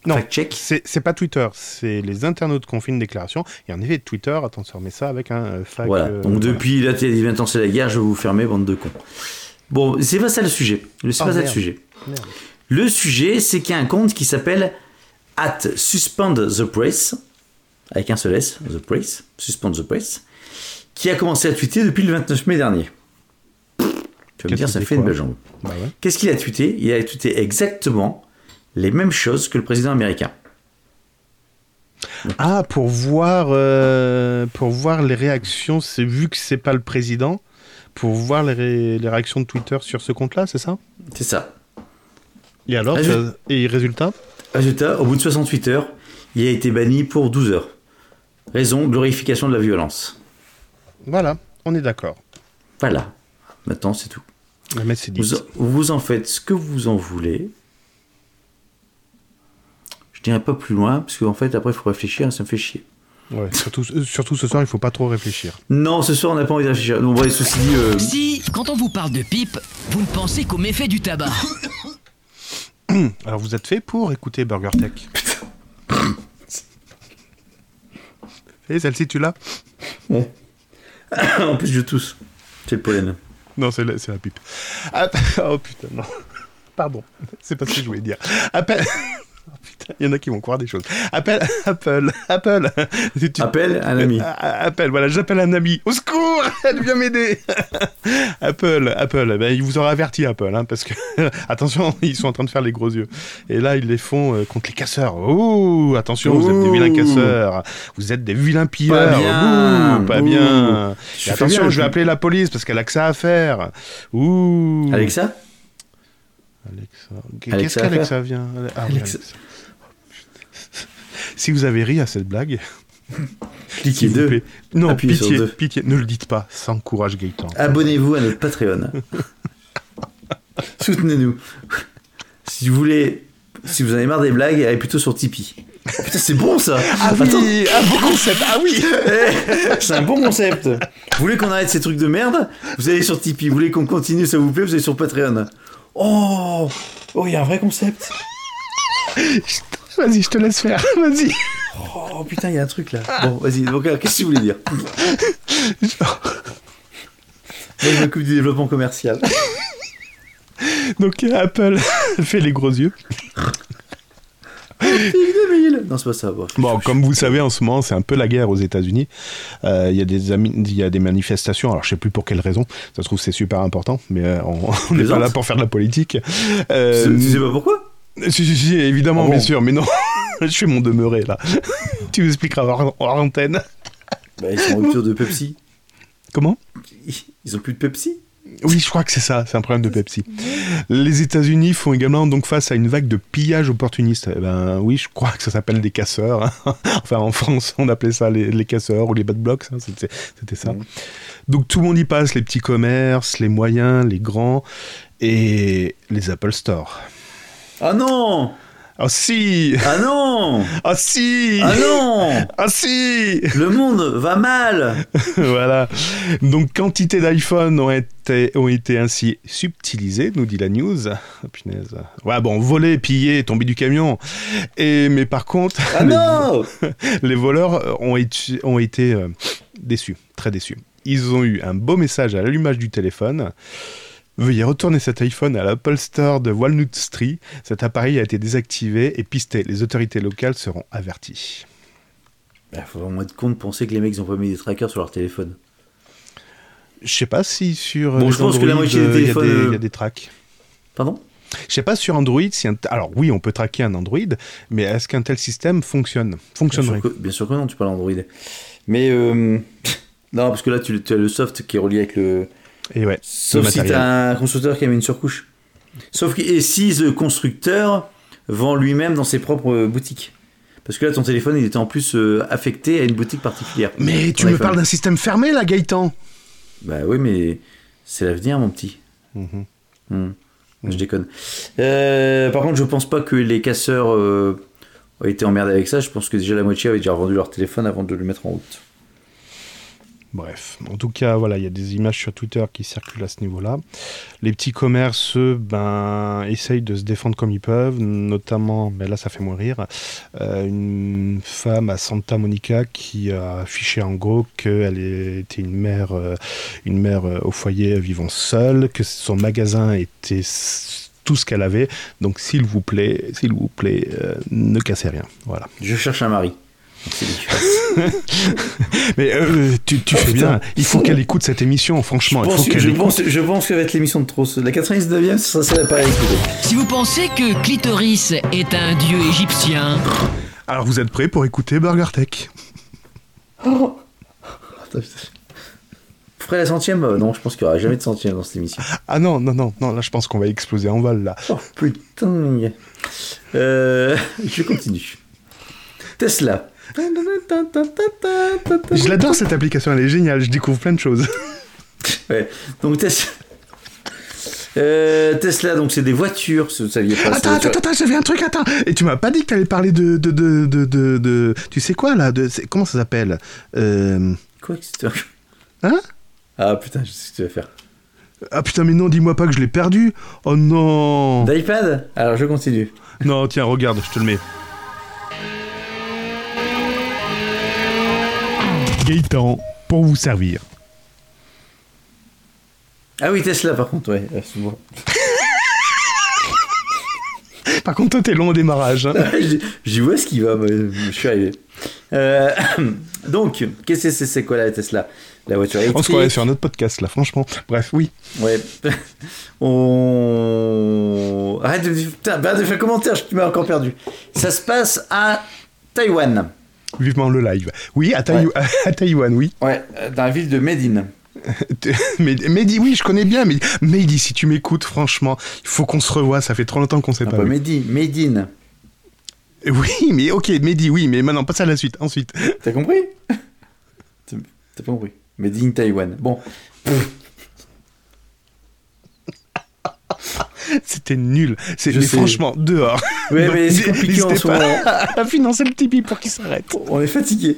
S2: Non.
S3: Fact-check
S2: C'est c'est pas Twitter, c'est les internautes qui ont fait une déclaration. Et en effet, Twitter, attends, ça remet ça avec un euh, fac.
S3: Voilà.
S2: euh,
S3: Donc depuis la télé dit maintenant c'est la guerre, je vais vous fermer bande de cons. Bon, c'est pas ça le sujet. Le- C'est
S2: Ah,
S3: pas ça le
S2: merde.
S3: sujet.
S2: Merde.
S3: Le sujet, c'est qu'il y a un compte qui s'appelle at suspend the press avec un seul S, the press, suspend the press, qui a commencé à tweeter depuis le 29 mai dernier. Tu vas me
S2: Qu'est-ce
S3: dire, ça
S2: qu'il
S3: fait
S2: fait,
S3: une
S2: quoi
S3: belle jambe.
S2: Bah ouais.
S3: Qu'est-ce qu'il a tweeté Il a tweeté exactement les mêmes choses que le président américain.
S2: Ah, pour voir, euh, pour voir les réactions, c'est vu que c'est pas le président, pour voir les, ré- les réactions de Twitter sur ce compte-là, c'est ça
S3: C'est ça.
S2: Et alors,
S3: Ah, je-
S2: ça- et résultat
S3: Résultat, au bout de 68 heures, il a été banni pour 12 heures. Raison, glorification de la violence.
S2: Voilà, on est d'accord.
S3: Voilà. Maintenant, c'est tout.
S2: La messe est dite.
S3: Vous, vous en faites ce que vous en voulez. Je dirais pas plus loin, parce qu'en fait, après, il faut réfléchir, ça me fait chier.
S2: Ouais, surtout, euh, surtout ce soir, il faut pas trop réfléchir.
S3: Non, ce soir, on n'a pas envie de réfléchir. Donc, bon, et ceci dit, euh,
S4: Si, quand on vous parle de pipe, vous ne pensez qu'aux méfaits du tabac.
S2: Alors, vous êtes fait pour écouter Burger Tech Et celle-ci, tu l'as
S3: en plus, je tousse. C'est le pollen.
S2: Non, c'est la, c'est la pipe. Ah, oh putain, non. Pardon, c'est pas ce que je voulais dire. Appel. Oh, putain, il y en a qui vont croire des choses. Appel, Apple, Apple. Tu- tu-
S3: Appel un ami.
S2: Ah, ah, Apple, voilà, j'appelle un ami. Au secours, elle vient m'aider. Apple, Apple, ben, ils vous auraient averti, Apple, hein, parce que, attention, ils sont en train de faire les gros yeux. Et là, ils les font euh, contre les casseurs. Oh, attention, vous êtes des
S3: Ouh.
S2: vilains casseurs. Vous êtes des vilains pilleurs.
S3: bien.
S2: Ouh, pas
S3: Ouh.
S2: bien. Et
S3: Tu fais
S2: attention,
S3: bien,
S2: je vais
S3: tu-
S2: appeler la police parce qu'elle a que ça à faire. Ouh.
S3: Alexa
S2: Alexa. Qu'est-ce
S3: Alexa à
S2: qu'Alexa vient Ah oui,
S3: Alexa.
S2: Alexa. Si vous avez ri à cette blague,
S3: Cliquez
S2: S'il vous
S3: deux.
S2: plaît. Non,
S3: Appuyez sur
S2: pitié,
S3: deux.
S2: pitié, ne le dites pas. Sans courage, Gaëtan.
S3: Abonnez-vous à notre Patreon. Soutenez-nous. Si vous voulez, si vous en avez marre des blagues, allez plutôt sur Tipeee. Putain, c'est bon ça Attends,
S2: ah, beau concept, ah oui
S3: eh, c'est un bon concept. Vous voulez qu'on arrête ces trucs de merde Vous allez sur Tipeee. Vous voulez qu'on continue, ça vous plaît Vous allez sur Patreon. Oh, oh, il y a un vrai concept.
S2: Vas-y, je te laisse faire, vas-y.
S3: Oh putain, il y a un truc là. Bon, vas-y. Donc, alors, qu'est-ce que vous voulez dire Moi, je m'occupe du développement commercial.
S2: Donc Apple fait les gros yeux.
S3: Non, c'est pas ça. Bon.
S2: Bon, comme vous savez, en ce moment, c'est un peu la guerre aux États-Unis. Euh, Il y a des ami- il y a des manifestations. Alors, je sais plus pour quelle raison. Ça se trouve, c'est super important, mais euh, on on n'est pas
S3: Plaisante.
S2: là pour faire de la politique. Euh,
S3: Tu sais pas pourquoi
S2: Si, si, si, évidemment,
S3: Ah bon
S2: bien sûr, mais non. je suis mon demeuré là. tu nous expliqueras hors, hors antenne.
S3: Bah, ils sont en rupture de Pepsi.
S2: Comment
S3: Ils ont plus de Pepsi
S2: Oui, je crois que c'est ça, c'est un problème de Pepsi. Les États-Unis font également donc face à une vague de pillage opportuniste. Eh ben oui, je crois que ça s'appelle des casseurs. hein. enfin, en France, on appelait ça les, les casseurs ou les bad blocks, hein, c'était c'était ça. Donc tout le monde y passe, les petits commerces, les moyens, les grands et les Apple Store.
S3: Ah non
S2: Ah si
S3: Ah non
S2: Ah si
S3: Ah non
S2: Ah si
S3: Le monde va mal
S2: voilà. Donc, quantité d'iPhone ont été, ont été ainsi subtilisés, nous dit la news. Oh, punaise. Ouais, bon, volés, pillés, tombés du camion. Et, mais par contre,
S3: Ah non
S2: les voleurs euh, ont, étu- ont été euh, déçus, très déçus. Ils ont eu un beau message à l'allumage du téléphone. Veuillez retourner cet iPhone à l'Apple Store de Walnut Street. Cet appareil a été désactivé et pisté. Les autorités locales seront averties.
S3: Il Bah, faut vraiment être con de penser que les mecs ils ont pas mis des trackers sur leur téléphone.
S2: Je sais pas si sur. euh,
S3: Bon,
S2: les
S3: je pense que la
S2: Android,
S3: moitié des
S2: euh, il y a
S3: téléphones,
S2: des- il y
S3: euh,
S2: a des tracks.
S3: Pardon
S2: Je sais pas sur Android si un t- alors oui on peut traquer un Android, mais est-ce qu'un tel système fonctionne
S3: bien
S2: Fonctionnerait
S3: sûr, que, bien sûr que non, tu parles Android. Mais euh, non, parce que là tu, tu as le soft qui est relié avec le.
S2: Et Eh ouais.
S3: Sauf
S2: le
S3: si
S2: matériel.
S3: t'as un constructeur qui a mis une surcouche. Sauf que, et si le constructeur vend lui-même dans ses propres euh, boutiques. Parce que là, ton téléphone, il était en plus euh, affecté à une boutique particulière.
S2: Mais
S3: Ton
S2: tu me
S3: iPhone.
S2: parles d'un système fermé là, Gaëtan.
S3: Bah oui, mais c'est l'avenir, mon petit.
S2: Mhm.
S3: Hmm. Je déconne. Euh, par contre, je pense pas que les casseurs euh, ont été emmerdés avec ça. Je pense que déjà la moitié avait déjà vendu leur téléphone avant de le mettre en route.
S2: Bref, en tout cas voilà, il y a des images sur Twitter qui circulent à ce niveau-là. Les petits commerces, eux, ben essayent de se défendre comme ils peuvent, notamment, mais là ça fait mourir, euh, une femme à Santa Monica qui a affiché en gros qu'elle était une mère euh, une mère euh, au foyer euh, vivant seule, que son magasin était s- tout ce qu'elle avait. Donc, s'il vous plaît, s'il vous plaît, euh, ne cassez rien. Voilà.
S3: Je cherche un mari. C'est lui.
S2: Mais euh, tu, tu
S3: Oh,
S2: fais
S3: putain.
S2: bien. Il faut qu'elle écoute cette émission, franchement.
S3: Je
S2: Il
S3: pense
S2: faut
S3: que-
S2: qu'elle
S3: je,
S2: écoute.
S3: pense, je pense que va être l'émission de trop. La 99e, ce sera celle à Paris. peut-être.
S4: Si vous pensez que Clitoris est un dieu égyptien,
S2: Alors, vous êtes prêts pour écouter Burger Tech Ah,
S3: Vous ferez la centième Euh, Non, je pense qu'il n'y aura jamais de centième dans cette émission.
S2: Ah non, non, non, non. Là, je pense qu'on va exploser en val là.
S3: Oh putain Euh, Je continue. Tesla.
S2: Je l'adore cette application. Elle est géniale. Je découvre plein de choses.
S3: Ouais. Donc Tesla. Euh, Tesla, donc c'est des voitures, si vous ne saviez pas. c'est
S2: Attends,
S3: des
S2: attends,
S3: voitures-
S2: attends, j'avais un truc, attends. Et tu m'as pas dit que t'allais parler de, de, de, de, de, de- Tu sais quoi, là de, c'est- Comment ça s'appelle euh...
S3: Quoi que c'est-
S2: Hein
S3: Ah putain, je sais ce que tu vas faire.
S2: Ah putain, mais non, dis-moi pas que je l'ai perdu. Oh non.
S3: D'iPad Alors je continue.
S2: Non, tiens, regarde, je te le mets. Gaëtan, pour vous servir.
S3: Ah oui, Tesla par contre, ouais. euh, c'est bon.
S2: Par contre, toi, t'es long au démarrage. hein.
S3: J'y- J'y vois ce qui va, mais je suis arrivé. Euh, donc, qu'est-ce que c'est, c'est quoi la Tesla La voiture électrique
S2: On se croirait sur un autre podcast, là, franchement. Bref, oui.
S3: Ouais. On. Arrête de. Putain, arrête de faire un commentaire, je- tu m'as encore perdu. Ça se passe à Taïwan.
S2: Vivement le live. Oui, à, Taï- à Taïwan, oui.
S3: Ouais, euh, dans la ville de Médine.
S2: Mais, mais dis oui, je connais bien. Mais, mais dis, si tu
S3: Ah bah
S2: m'écoutes, franchement, il faut qu'on se revoie. Ça fait trop longtemps qu'on s'est
S3: Non,
S2: pas
S3: pas
S2: vu.
S3: Médine, Médine.
S2: Oui, mais ok, Mehdi, oui, mais maintenant, passe à la suite, ensuite.
S3: T'as compris T'as t'as pas compris. Made in Taiwan. Bon.
S2: C'était nul. C'est
S3: Je
S2: mais
S3: sais.
S2: franchement dehors.
S3: Ouais, mais c'est
S2: n'hésitez
S3: compliqué en ce
S2: pas
S3: moment.
S2: à financer le Tipeee pour qu'il s'arrête.
S3: On est fatigué.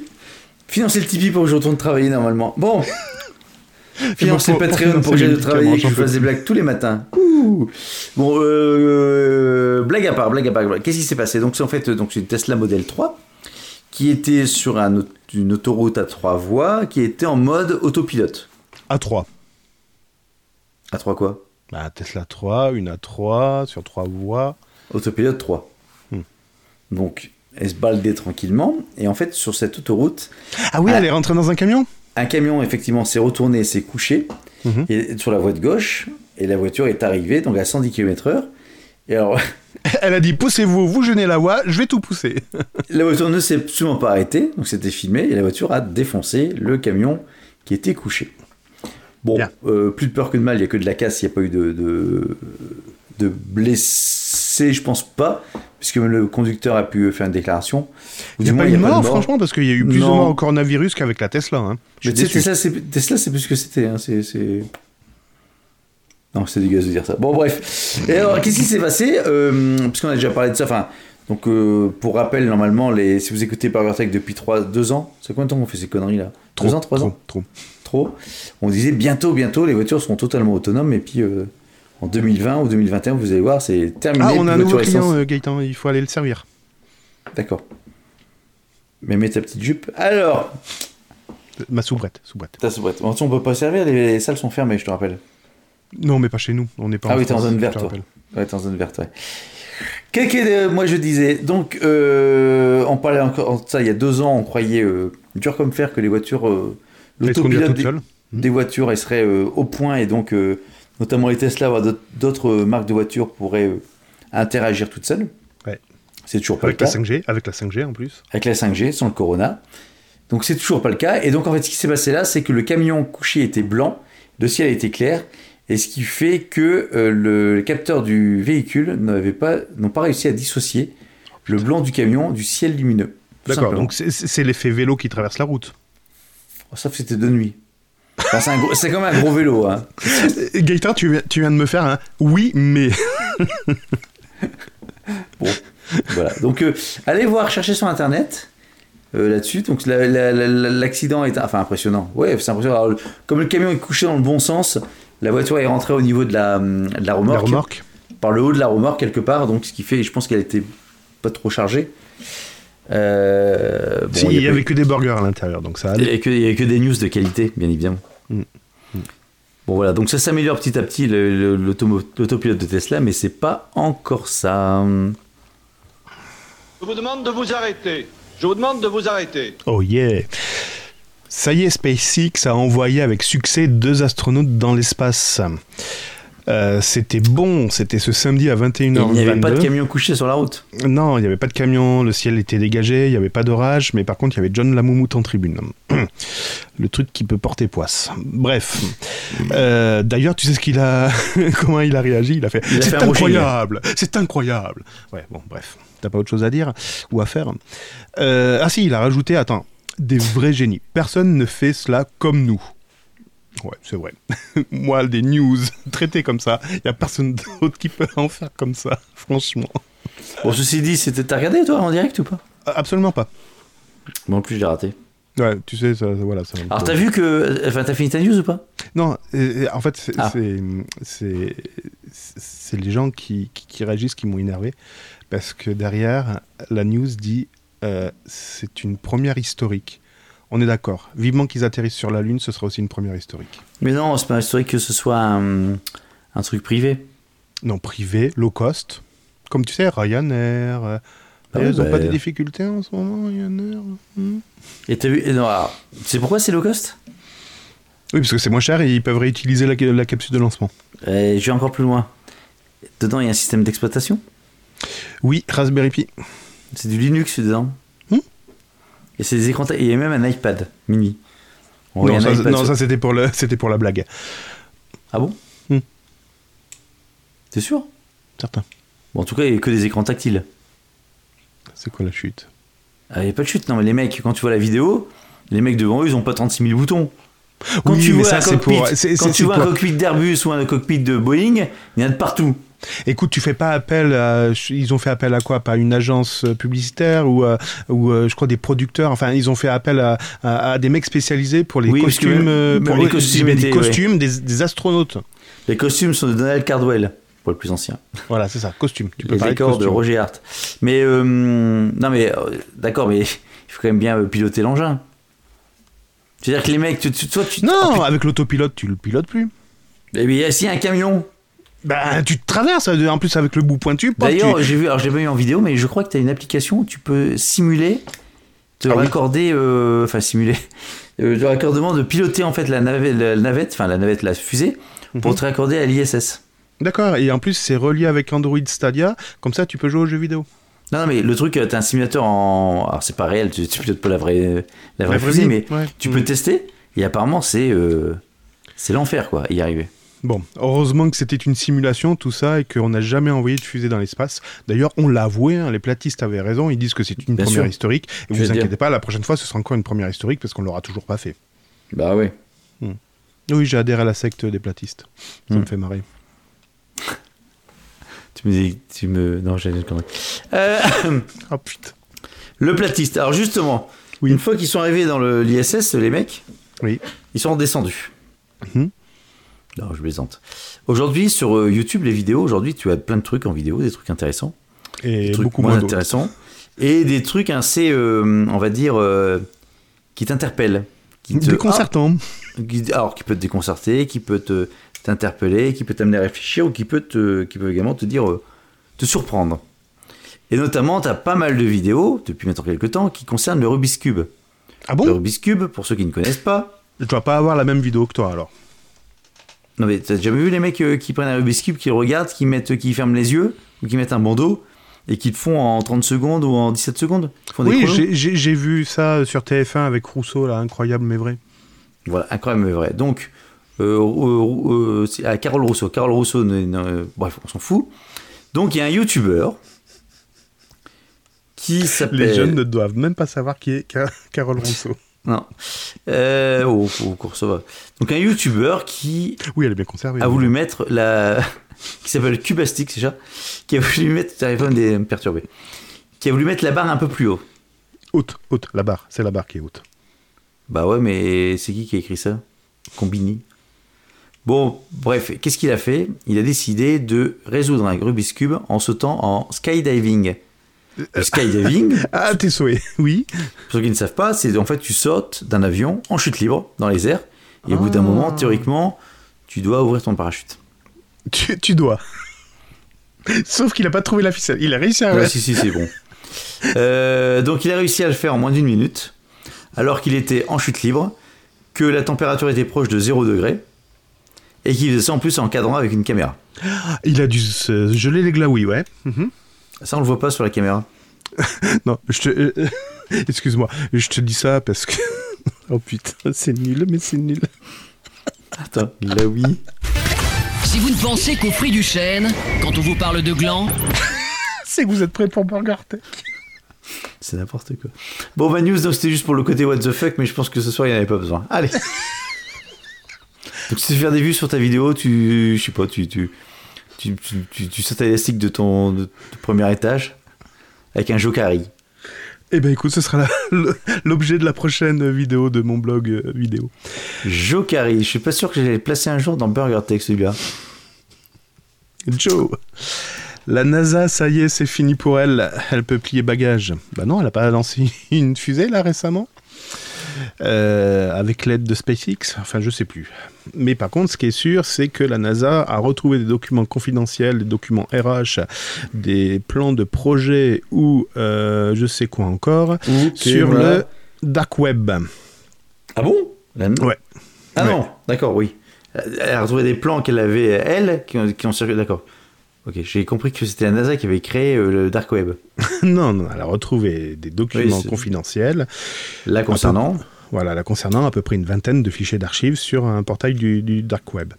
S3: Financez le Tipeee pour que je retourne travailler normalement. Bon. Financez
S2: pour- pour
S3: Patreon pour
S2: financer
S3: que j'aille
S2: les
S3: travailler et que je
S2: médicaments, j'en
S3: fasse des blagues tous les matins. Ouh. Bon, euh, blague à part, blague à part. blague. Qu'est-ce qui s'est passé Donc, c'est en fait euh, donc, c'est une Tesla Model 3 qui était sur un aut- une autoroute à trois voies qui était en mode autopilote.
S2: A3.
S3: À trois quoi
S2: Bah, Tesla 3, une A3, sur 3 voies.
S3: Autopilote 3.
S2: Hmm.
S3: Donc, elle se baladait tranquillement. Et en fait, sur cette autoroute,
S2: Ah oui,
S3: Ah.
S2: elle est rentrée dans un camion
S3: un camion, effectivement, s'est retourné et s'est couché
S2: Mhm.
S3: et, sur la voie de gauche. Et la voiture est arrivée, donc à 110 km/h. Et alors,
S2: Elle a dit poussez-vous, vous gênez la voie, je vais tout pousser.
S3: la voiture ne s'est absolument pas arrêtée. Donc, c'était filmé. Et la voiture a défoncé le camion qui était couché. Bon,
S2: Bien.
S3: euh, plus de peur que de mal. Il n'y a que de la casse. Il n'y a pas eu de, de, de blessés, je pense pas. Puisque le conducteur a pu faire une déclaration. Ou du
S2: Il n'y a
S3: moins,
S2: pas
S3: il
S2: eu
S3: y
S2: mort,
S3: de
S2: franchement, parce qu'il y a eu plus de
S3: Non.
S2: morts au coronavirus qu'avec la Tesla. hein. Je
S3: Mais
S2: suis
S3: tu sais,
S2: déçu.
S3: Tesla, c'est Tesla, c'est plus ce que c'était. hein, C'est, c'est- Non, c'est dégueulasse de dire ça. Bon, bref. Et alors, qu'est-ce qui s'est passé Euh, Puisqu'on a déjà parlé de ça. Enfin, donc, euh, pour rappel, normalement, les... si vous écoutez Burger Tech depuis 3... 2 ans, c'est combien de temps qu'on fait ces conneries là 2 ans, 3
S2: trop,
S3: ans
S2: trop.
S3: Trop. On disait bientôt, bientôt, les voitures seront totalement autonomes. Et puis, euh, en 2020 ou 2021, vous allez voir, c'est terminé.
S2: Ah, on
S3: plus
S2: a un
S3: de
S2: nouveau
S3: voiture
S2: client,
S3: essence.
S2: euh, Gaëtan, il faut aller le servir.
S3: D'accord. Mais mets ta petite jupe. Alors,
S2: Euh, Ma soubrette, soubrette.
S3: ta soubrette. En dessous, on peut pas servir, les- les salles sont fermées, je te rappelle.
S2: Non, mais pas chez nous, on n'est pas
S3: Ah
S2: en
S3: oui, t'es en
S2: France,
S3: zone
S2: je
S3: verte,
S2: te
S3: toi.
S2: rappelle.
S3: Ouais, t'es en zone verte, ouais. Quel qu'est- euh, moi je disais, donc euh, on parlait encore de ça il y a deux ans, on croyait euh, dur comme fer que les voitures, euh,
S2: Elle se conduit
S3: l'autopilote
S2: toute
S3: des,
S2: seule.
S3: des voitures, elles seraient euh, au point et donc euh, notamment les Tesla, voire d'autres- d'autres euh, marques de voitures pourraient euh, interagir toutes seules.
S2: Ouais.
S3: C'est toujours pas
S2: Avec
S3: le
S2: la
S3: cas
S2: 5G, avec la 5G en plus.
S3: avec la 5G, sans le corona. Donc c'est toujours pas le cas. Et donc en fait, ce qui s'est passé là, c'est que le camion couché était blanc, le ciel était clair, et ce qui fait que euh, le capteur du véhicule n'avait pas, n'ont pas réussi à dissocier le blanc du camion du ciel lumineux. Tout
S2: D'accord,
S3: simplement. Oh,
S2: donc c'est- c'est c'est l'effet vélo qui traverse la route.
S3: sauf que c'était de nuit. Enfin, c'est un gros- c'est comme un gros vélo. hein.
S2: Euh, Gaëtan, tu, viens- tu viens de me faire un oui, mais.
S3: Voilà. Donc, euh, allez voir, chercher sur internet euh, là-dessus. Donc, la- la- la- la- l'accident est enfin impressionnant. Ouais, c'est impressionnant. Alors, le- comme le camion est couché dans le bon sens, la voiture est rentrée au niveau de la, hum, de la remorque,
S2: La remorque.
S3: par le haut de la remorque quelque part. Donc, ce qui fait, je pense qu'elle était pas trop chargée. Euh, bon,
S2: Si,
S3: il
S2: il
S3: y
S2: n'y
S3: a pas-
S2: avait que des burgers à l'intérieur, donc ça
S3: il n'y
S2: allait.
S3: avait, que- il y avait que des news de qualité, bien évidemment.
S2: Mm.
S3: Bon voilà, donc ça s'améliore petit à petit le- le- l'automo- l'autopilote de Tesla, mais c'est pas encore ça.
S5: Je vous demande de vous arrêter. Je vous demande de vous arrêter.
S2: Oh yeah Ça y est, SpaceX a envoyé avec succès deux astronautes dans l'espace. Euh, c'était bon, c'était ce samedi à 21h22.
S3: Il n'y avait pas de camion couché sur la route.
S2: Non, il n'y avait pas de camion, le ciel était dégagé, il n'y avait pas d'orage, mais par contre, il y avait John Lamoumout en tribune. Le truc qui peut porter poisse. Bref. Euh, D'ailleurs, tu sais ce qu'il a. Comment il a réagi Il a fait.
S3: Il a fait
S2: C'est
S3: un rougir.
S2: incroyable C'est incroyable Ouais, bon, bref. T'as pas autre chose à dire ou à faire Euh, Ah si, il a rajouté Attends, des vrais génies. Personne ne fait cela comme nous. Ouais, c'est vrai. Moi, des news traitées comme ça, il n'y a personne d'autre qui peut en faire comme ça, franchement.
S3: Bon, ceci dit, c'était t'as regardé toi en direct ou pas
S2: Absolument pas.
S3: Bon, en plus, j'ai raté.
S2: Ouais, tu sais, ça, ça- voilà. Ça,
S3: Alors, t'as vu que. Enfin, t'as fini ta news ou pas
S2: Non, euh, en fait, c'est
S3: Ah.
S2: c'est- c'est c'est les gens qui, qui, qui réagissent qui m'ont énervé parce que derrière la news dit euh, c'est une première historique. On est d'accord. Vivement qu'ils atterrissent sur la lune, ce sera aussi une première historique.
S3: Mais non, c'est pas historique que ce soit un, un truc privé.
S2: Non, privé, low cost. Comme tu sais, Ryanair. euh,
S3: Ah
S2: ils
S3: ouais,
S2: n'ont
S3: bah,
S2: pas des
S3: euh.
S2: difficultés en ce moment, Ryanair. hmm.
S3: Et t'as vu. et non, alors, tu sais pourquoi c'est low cost
S2: Oui, parce que c'est moins cher et ils peuvent réutiliser la, la capsule de lancement.
S3: Euh, Je vais encore plus loin. Dedans, il y a un système d'exploitation.
S2: Oui, Raspberry Pi.
S3: C'est du Linux dedans.
S2: Hmm.
S3: Et c'est des écrans. ta- et Il y a même un iPad mini. On
S2: non,
S3: voit un
S2: ça,
S3: iPad
S2: non,
S3: sur-
S2: ça, c'était pour, le- c'était pour la blague.
S3: Ah bon
S2: Hmm.
S3: T'es sûr
S2: Certain.
S3: Bon, en tout cas, il n'y a que des écrans tactiles.
S2: C'est quoi la chute
S3: Il n'y Ah, a pas de chute. Non, mais les mecs, quand tu vois la vidéo, les mecs devant eux, ils ont pas 36 000 boutons. Quand
S2: Oui,
S3: tu
S2: mais
S3: vois
S2: ça,
S3: un
S2: c'est
S3: cockpit,
S2: pour- c'est-
S3: quand
S2: c'est-
S3: tu
S2: c'est
S3: vois un
S2: pour-
S3: cockpit d'Airbus ou un cockpit de Boeing, il y en a de partout.
S2: Écoute, tu fais pas appel à. Ils ont fait appel à quoi Pas une agence euh, publicitaire ou, euh, ou euh, je crois des producteurs. Enfin, ils ont fait appel à, à- à des mecs spécialisés pour les
S3: Oui, parce que-
S2: costumes, euh,
S3: mais
S2: pour
S3: oui,
S2: les
S3: costumes
S2: des
S3: étaient,
S2: costumes des, des astronautes.
S3: Les costumes sont de Donald Cardwell, pour le plus ancien.
S2: Voilà, c'est ça, costumes. Tu peux
S3: les
S2: parler de
S3: décors de,
S2: costumes.
S3: Roger Hart. Mais euh, non, mais euh, d'accord, mais il faut quand même bien euh, piloter l'engin. C'est-à-dire que les mecs, tu, tu- toi, tu.
S2: Non, avec l'autopilote, tu le pilotes plus.
S3: Eh bien, s'il y a un camion.
S2: Bah, tu te traverses. En plus, avec le bout pointu. pop,
S3: D'ailleurs,
S2: tu-
S3: j'ai vu, alors je l'ai pas eu en vidéo, mais je crois que tu as une application où tu peux simuler, te
S2: Ah oui.
S3: raccorder, euh, enfin simuler, euh, le raccordement de piloter en fait la navette, la navette, enfin la navette, la fusée, pour te raccorder à l'ISS.
S2: D'accord. Et en plus, c'est relié avec Android Stadia. Comme ça, tu peux jouer aux jeux vidéo.
S3: Non, non, mais le truc, euh, t'as un simulateur en. Alors, c'est pas réel, tu, tu pilotes pas la vraie, la vraie Mhm.
S2: vraie
S3: fusée,
S2: vie,
S3: mais
S2: ouais.
S3: tu
S2: Mm.
S3: peux tester. Et apparemment, c'est. euh, c'est l'enfer, quoi, y arriver.
S2: Bon, heureusement que c'était une simulation, tout ça, et qu'on n'a jamais envoyé de fusée dans l'espace. D'ailleurs, on l'a avoué, hein, les platistes avaient raison, ils disent que c'est une
S3: Bien
S2: première
S3: sûr.
S2: historique.
S3: Je
S2: Et
S3: veux
S2: vous
S3: dire.
S2: inquiétez pas, la prochaine fois, ce sera encore une première historique parce qu'on l'aura toujours pas fait.
S3: Bah oui.
S2: Oui, j'ai adhéré à la secte des platistes. Ça
S3: Hmm.
S2: me fait marrer.
S3: Tu me dis. Tu me... Non, j'ai une connerie. Euh,
S2: Ah putain.
S3: le platiste. Alors, justement,
S2: Oui.
S3: une fois qu'ils sont arrivés dans le- l'ISS, les mecs,
S2: Oui.
S3: ils sont descendus.
S2: Mhm.
S3: Non, je plaisante. Aujourd'hui, sur euh, YouTube, les vidéos, aujourd'hui, tu as plein de trucs en vidéo, des trucs intéressants.
S2: Et
S3: des trucs
S2: beaucoup
S3: moins,
S2: moins d'autres.
S3: intéressants et des trucs assez euh, on va dire euh, qui t'interpellent qui te-
S2: Déconcertant.
S3: Ah, qui- alors qui peut te déconcerter qui peut te t'interpeller qui peut t'amener à réfléchir ou qui peut te qui peut également te dire euh, te surprendre et notamment tu as pas mal de vidéos depuis maintenant quelques temps qui concernent le Rubik's Cube
S2: Ah
S3: le
S2: bon
S3: Rubik's Cube pour ceux qui ne connaissent pas
S2: Je dois pas avoir la même vidéo que toi alors.
S3: non mais t'as jamais vu les mecs euh, qui prennent un Rubik's Cube qui le regardent qui mettent euh, qui ferment les yeux ou qui mettent un bandeau et qui le font en 30 secondes ou en 17 secondes Ils font des
S2: Oui,
S3: chronos.
S2: j'ai- j'ai j'ai vu ça sur TF1 avec Rousseau, là, incroyable mais vrai.
S3: Voilà, incroyable mais vrai. Donc, euh, euh, euh, c'est à Carole Rousseau. Carole Rousseau, ne- ne- bref, on s'en fout. Donc, il y a un youtubeur qui s'appelle.
S2: Les jeunes ne doivent même pas savoir qui est Ca- Carole Rousseau.
S3: Non. Euh, oh, oh, cours, ça va. Donc, un youtubeur qui
S2: Oui, elle est bien conservée.
S3: a voulu mettre la. qui s'appelle Cubastic, c'est ça Qui a voulu mettre. T'arrives pas à me dé- me perturber. Qui a voulu mettre la barre un peu plus haut.
S2: Haute, haute, la barre, c'est la barre qui est haute.
S3: Bah ouais, mais c'est qui qui a écrit ça Combini. Bon, bref, qu'est-ce qu'il a fait Il a décidé de résoudre un Rubik's Cube en sautant en skydiving. Le skydiving,
S2: Ah, tes souhaits, oui.
S3: pour ceux qui ne savent pas, c'est en fait tu sautes d'un avion en chute libre dans les airs, et au bout d'un moment, théoriquement, tu dois ouvrir ton parachute.
S2: Tu, tu dois. Sauf qu'il a pas trouvé la ficelle. Il a réussi à.
S3: Ouais, si, si, c'est bon. Euh, donc il a réussi à le faire en moins d'une minute, alors qu'il était en chute libre, que la température était proche de 0 degré, et qu'il faisait ça en plus en cadrant avec une caméra.
S2: Il a dû se geler les glaouis, ouais.
S3: Ça, on le voit pas sur la caméra.
S2: Non, je te. euh, Excuse-moi, je te dis ça parce que. Oh putain, c'est nul, mais c'est nul.
S3: Attends, là oui.
S4: Si vous ne pensez qu'au fruit du chêne, quand on vous parle de gland,
S2: C'est que vous êtes prêts pour Burger Tech.
S3: C'est n'importe quoi. Bon, bah, news, donc c'était juste pour le côté what the fuck, mais je pense que ce soir, il n'y en avait pas besoin. Allez. donc, si tu veux faire des vues sur ta vidéo, tu. Je sais pas, tu. Tu, tu, tu, tu, tu sautes à l'élastique de ton de, ton premier étage avec un jokari.
S2: Eh ben écoute, ce sera la- l'objet de la prochaine vidéo de mon blog euh, vidéo.
S3: Jokari. Je suis pas sûr que j'allais le placer un jour dans Burger Tech, celui-là.
S2: Joe La NASA, ça y est, c'est fini pour elle. Elle peut plier bagages. Bah non, elle a pas lancé une fusée là récemment Euh, Avec l'aide de SpaceX Enfin, je sais plus. Mais par contre, ce qui est sûr, c'est que la NASA a retrouvé des documents confidentiels, des documents RH, des plans de projet ou euh, je sais quoi encore sur le dark web.
S3: Ah bon La-
S2: Ouais.
S3: Ah
S2: Ouais.
S3: non, d'accord, oui. Elle a retrouvé des plans qu'elle avait, elle, qui ont, qui ont circulé. D'accord. Ok, j'ai compris que c'était la NASA qui avait créé euh, le Dark Web.
S2: non, non, elle a retrouvé des documents
S3: Oui, c'est-
S2: confidentiels
S3: Là, concernant.
S2: Voilà, la concernant à peu près une vingtaine de fichiers d'archives sur un portail du, du dark web.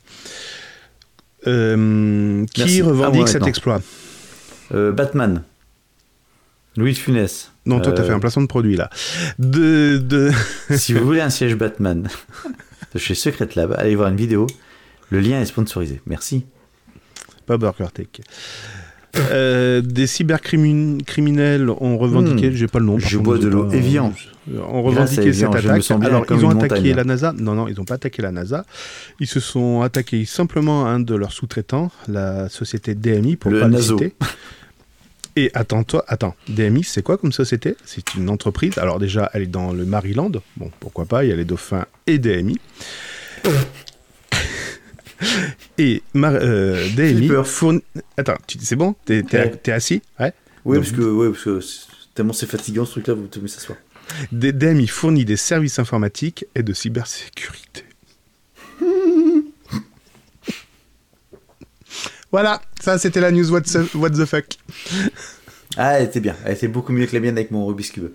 S2: Euh, qui
S3: Merci. Ah,
S2: revendique
S3: moi,
S2: cet
S3: maintenant.
S2: exploit
S3: euh, Batman. Louis de Funès.
S2: Non, toi, t'as
S3: Euh,
S2: fait un placement de produit, là. De, de...
S3: si vous voulez un siège Batman de chez Secret Lab, allez voir une vidéo. Le lien est sponsorisé. Merci.
S2: Pas Burger Tech. Euh, des cybercriminels ont revendiqué,
S3: Hmm.
S2: j'ai pas le nom. par
S3: Je
S2: contre,
S3: bois
S2: j'ai
S3: de l'eau
S2: pas-
S3: Evian.
S2: Ont
S3: Grâce à
S2: revendiqué
S3: Evian,
S2: Euh, cette
S3: je me
S2: attaque.
S3: sens bien
S2: Alors,
S3: comme
S2: ils ont
S3: une
S2: attaqué
S3: montagne.
S2: la NASA. Non, non, ils ont pas attaqué la NASA. Ils se sont attaqués simplement à un de leurs sous-traitants, la société DMI, pour
S3: Le
S2: pas le
S3: Naso.
S2: citer. Et attends, toi, attends, DMI, c'est quoi comme société C'est une entreprise. Alors, déjà, elle est dans le Maryland. Bon, pourquoi pas, il y a les dauphins et DMI. Et Mar- euh, DMI
S3: Flipper.
S2: fournit. Attends, tu- c'est bon T'es t'es-
S3: Ouais.
S2: t'es assis Ouais
S3: Oui,
S2: Donc-
S3: parce que, ouais, parce que c'est- tellement c'est fatigant ce truc-là, vous devez s'asseoir.
S2: D- DMI fournit des services informatiques et de cybersécurité. voilà, ça c'était la news What the, what the fuck.
S3: Ah, elle était bien. Elle était beaucoup mieux que la mienne avec mon Rubik's Cube.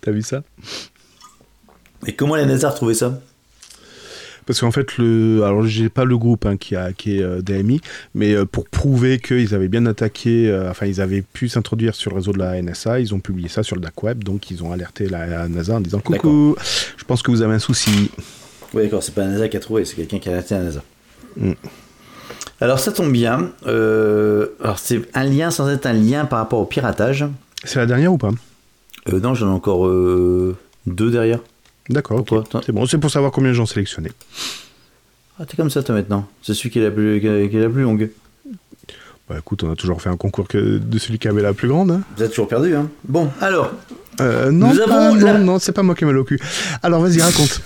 S2: T'as vu ça
S3: Et comment les nazars trouvaient ça
S2: Parce qu'en fait, le, alors j'ai pas le groupe hein, qui a hacké euh, DMI, mais euh, pour prouver qu'ils avaient bien attaqué, euh, enfin ils avaient pu s'introduire sur le réseau de la NSA, ils ont publié ça sur le dark web, donc ils ont alerté la, la NASA en disant coucou, je pense que vous avez un souci.
S3: Oui, d'accord, c'est pas un NASA qui a trouvé, c'est quelqu'un qui a arrêté un NASA.
S2: Mm.
S3: Alors ça tombe bien. euh, alors c'est un lien sans être un lien par rapport au piratage.
S2: C'est la dernière ou pas
S3: Euh, non, j'en ai encore euh, deux derrière.
S2: D'accord, ok.
S3: Pourquoi Toi-
S2: c'est bon, c'est pour savoir combien de gens sélectionner.
S3: Ah, t'es comme ça toi maintenant. C'est celui qui est la plus, qui est qui est la plus longue.
S2: Bah écoute, on a toujours fait un concours que de celui qui avait la plus grande. hein.
S3: Vous avez toujours perdu, hein Bon, alors,
S2: Euh, non,
S3: Nous
S2: pas-
S3: avons
S2: non,
S3: la-
S2: non, c'est pas moi qui ai mal au cul. Alors vas-y, raconte.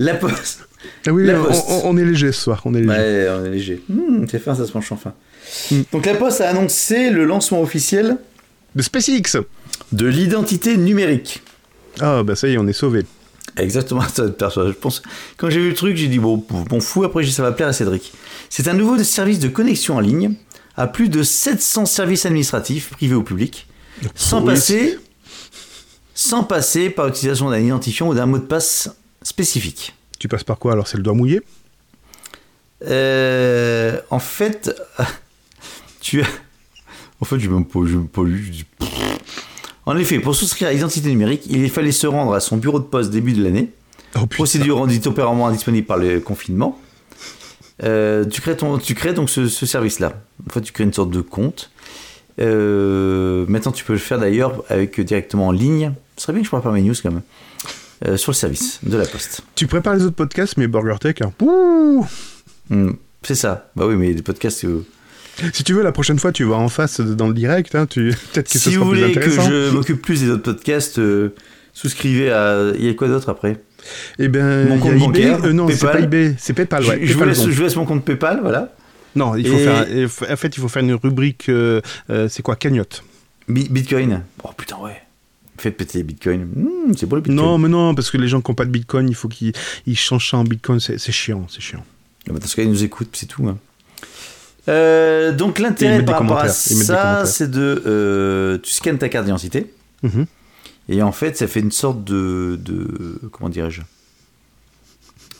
S3: la poste.
S2: Ah oui,
S3: La
S2: on,
S3: Poste.
S2: on- on est léger ce soir, on est léger.
S3: Ouais, on est léger. Hmm, c'est fin, ça se penche enfin. Donc la poste a annoncé le lancement officiel
S2: De SpaceX
S3: de l'identité numérique.
S2: Ah bah ça y est, on est sauvé.
S3: Exactement, ça te perçoit. Je pense, quand j'ai vu le truc, j'ai dit bon, bon fou, après j'ai dit, ça va plaire à Cédric. C'est un nouveau service de connexion en ligne à plus de 700 services administratifs, privés ou publics, sans
S2: Oui.
S3: passer, sans passer par l'utilisation d'un identifiant ou d'un mot de passe spécifique.
S2: Tu passes par quoi alors C'est le doigt mouillé
S3: Euh, en fait, tu as. En fait, je même pas, je même pas lu, je dis- En effet, pour souscrire à l'identité numérique, il fallait se rendre à son bureau de poste début de l'année.
S2: Oh putain.
S3: Procédure rendue temporairement indisponible par le confinement. Euh, tu, crées ton, tu crées donc ce, ce service-là. En fait, tu crées une sorte de compte. Euh, maintenant, tu peux le faire d'ailleurs avec euh, directement en ligne. Ce serait bien que je prépare mes news quand même. Euh, sur le service de la Poste.
S2: Tu prépares les autres podcasts, mais Burger Tech, hein, pouh
S3: Hmm, c'est ça. Bah oui, mais les podcasts. euh,
S2: Si tu veux, la prochaine fois, tu vas en face de- dans le direct. hein, tu... Peut-être que ce
S3: Si
S2: sera
S3: vous
S2: plus
S3: voulez que
S2: intéressant.
S3: je m'occupe plus des autres podcasts, euh, souscrivez à. Il y a quoi d'autre après
S2: Eh ben,
S3: Mon
S2: il y a
S3: compte
S2: eBay.
S3: bancaire,
S2: Euh, non, c'est
S3: PayPal.
S2: pas eBay, c'est PayPal. Ah, Ouais.
S3: je, je vous
S2: PayPal
S3: laisse,
S2: Bank.
S3: je vous laisse mon compte PayPal, voilà.
S2: Non, il faut
S3: Et-
S2: faire. il faut- En fait, il faut faire une rubrique. euh, euh, c'est quoi Cagnotte.
S3: Bi- Bitcoin. Oh putain, ouais. Faites péter les bitcoins. Hmm, c'est beau le bitcoin.
S2: Non, mais non, parce que les gens qui n'ont pas de bitcoin, il faut qu'ils ils changent ça en bitcoin. C'est c'est chiant, c'est chiant.
S3: Ah bah, Dans ce cas, ils nous écoutent, c'est tout. hein. Euh, donc
S2: Ils
S3: l'intérêt
S2: mettent
S3: par
S2: des
S3: rapport à
S2: commentaires, ils mettent des
S3: ça,
S2: commentaires.
S3: c'est de... euh, tu scannes ta carte d'identité,
S2: Mhm.
S3: et en fait, ça fait une sorte de... de comment dirais-je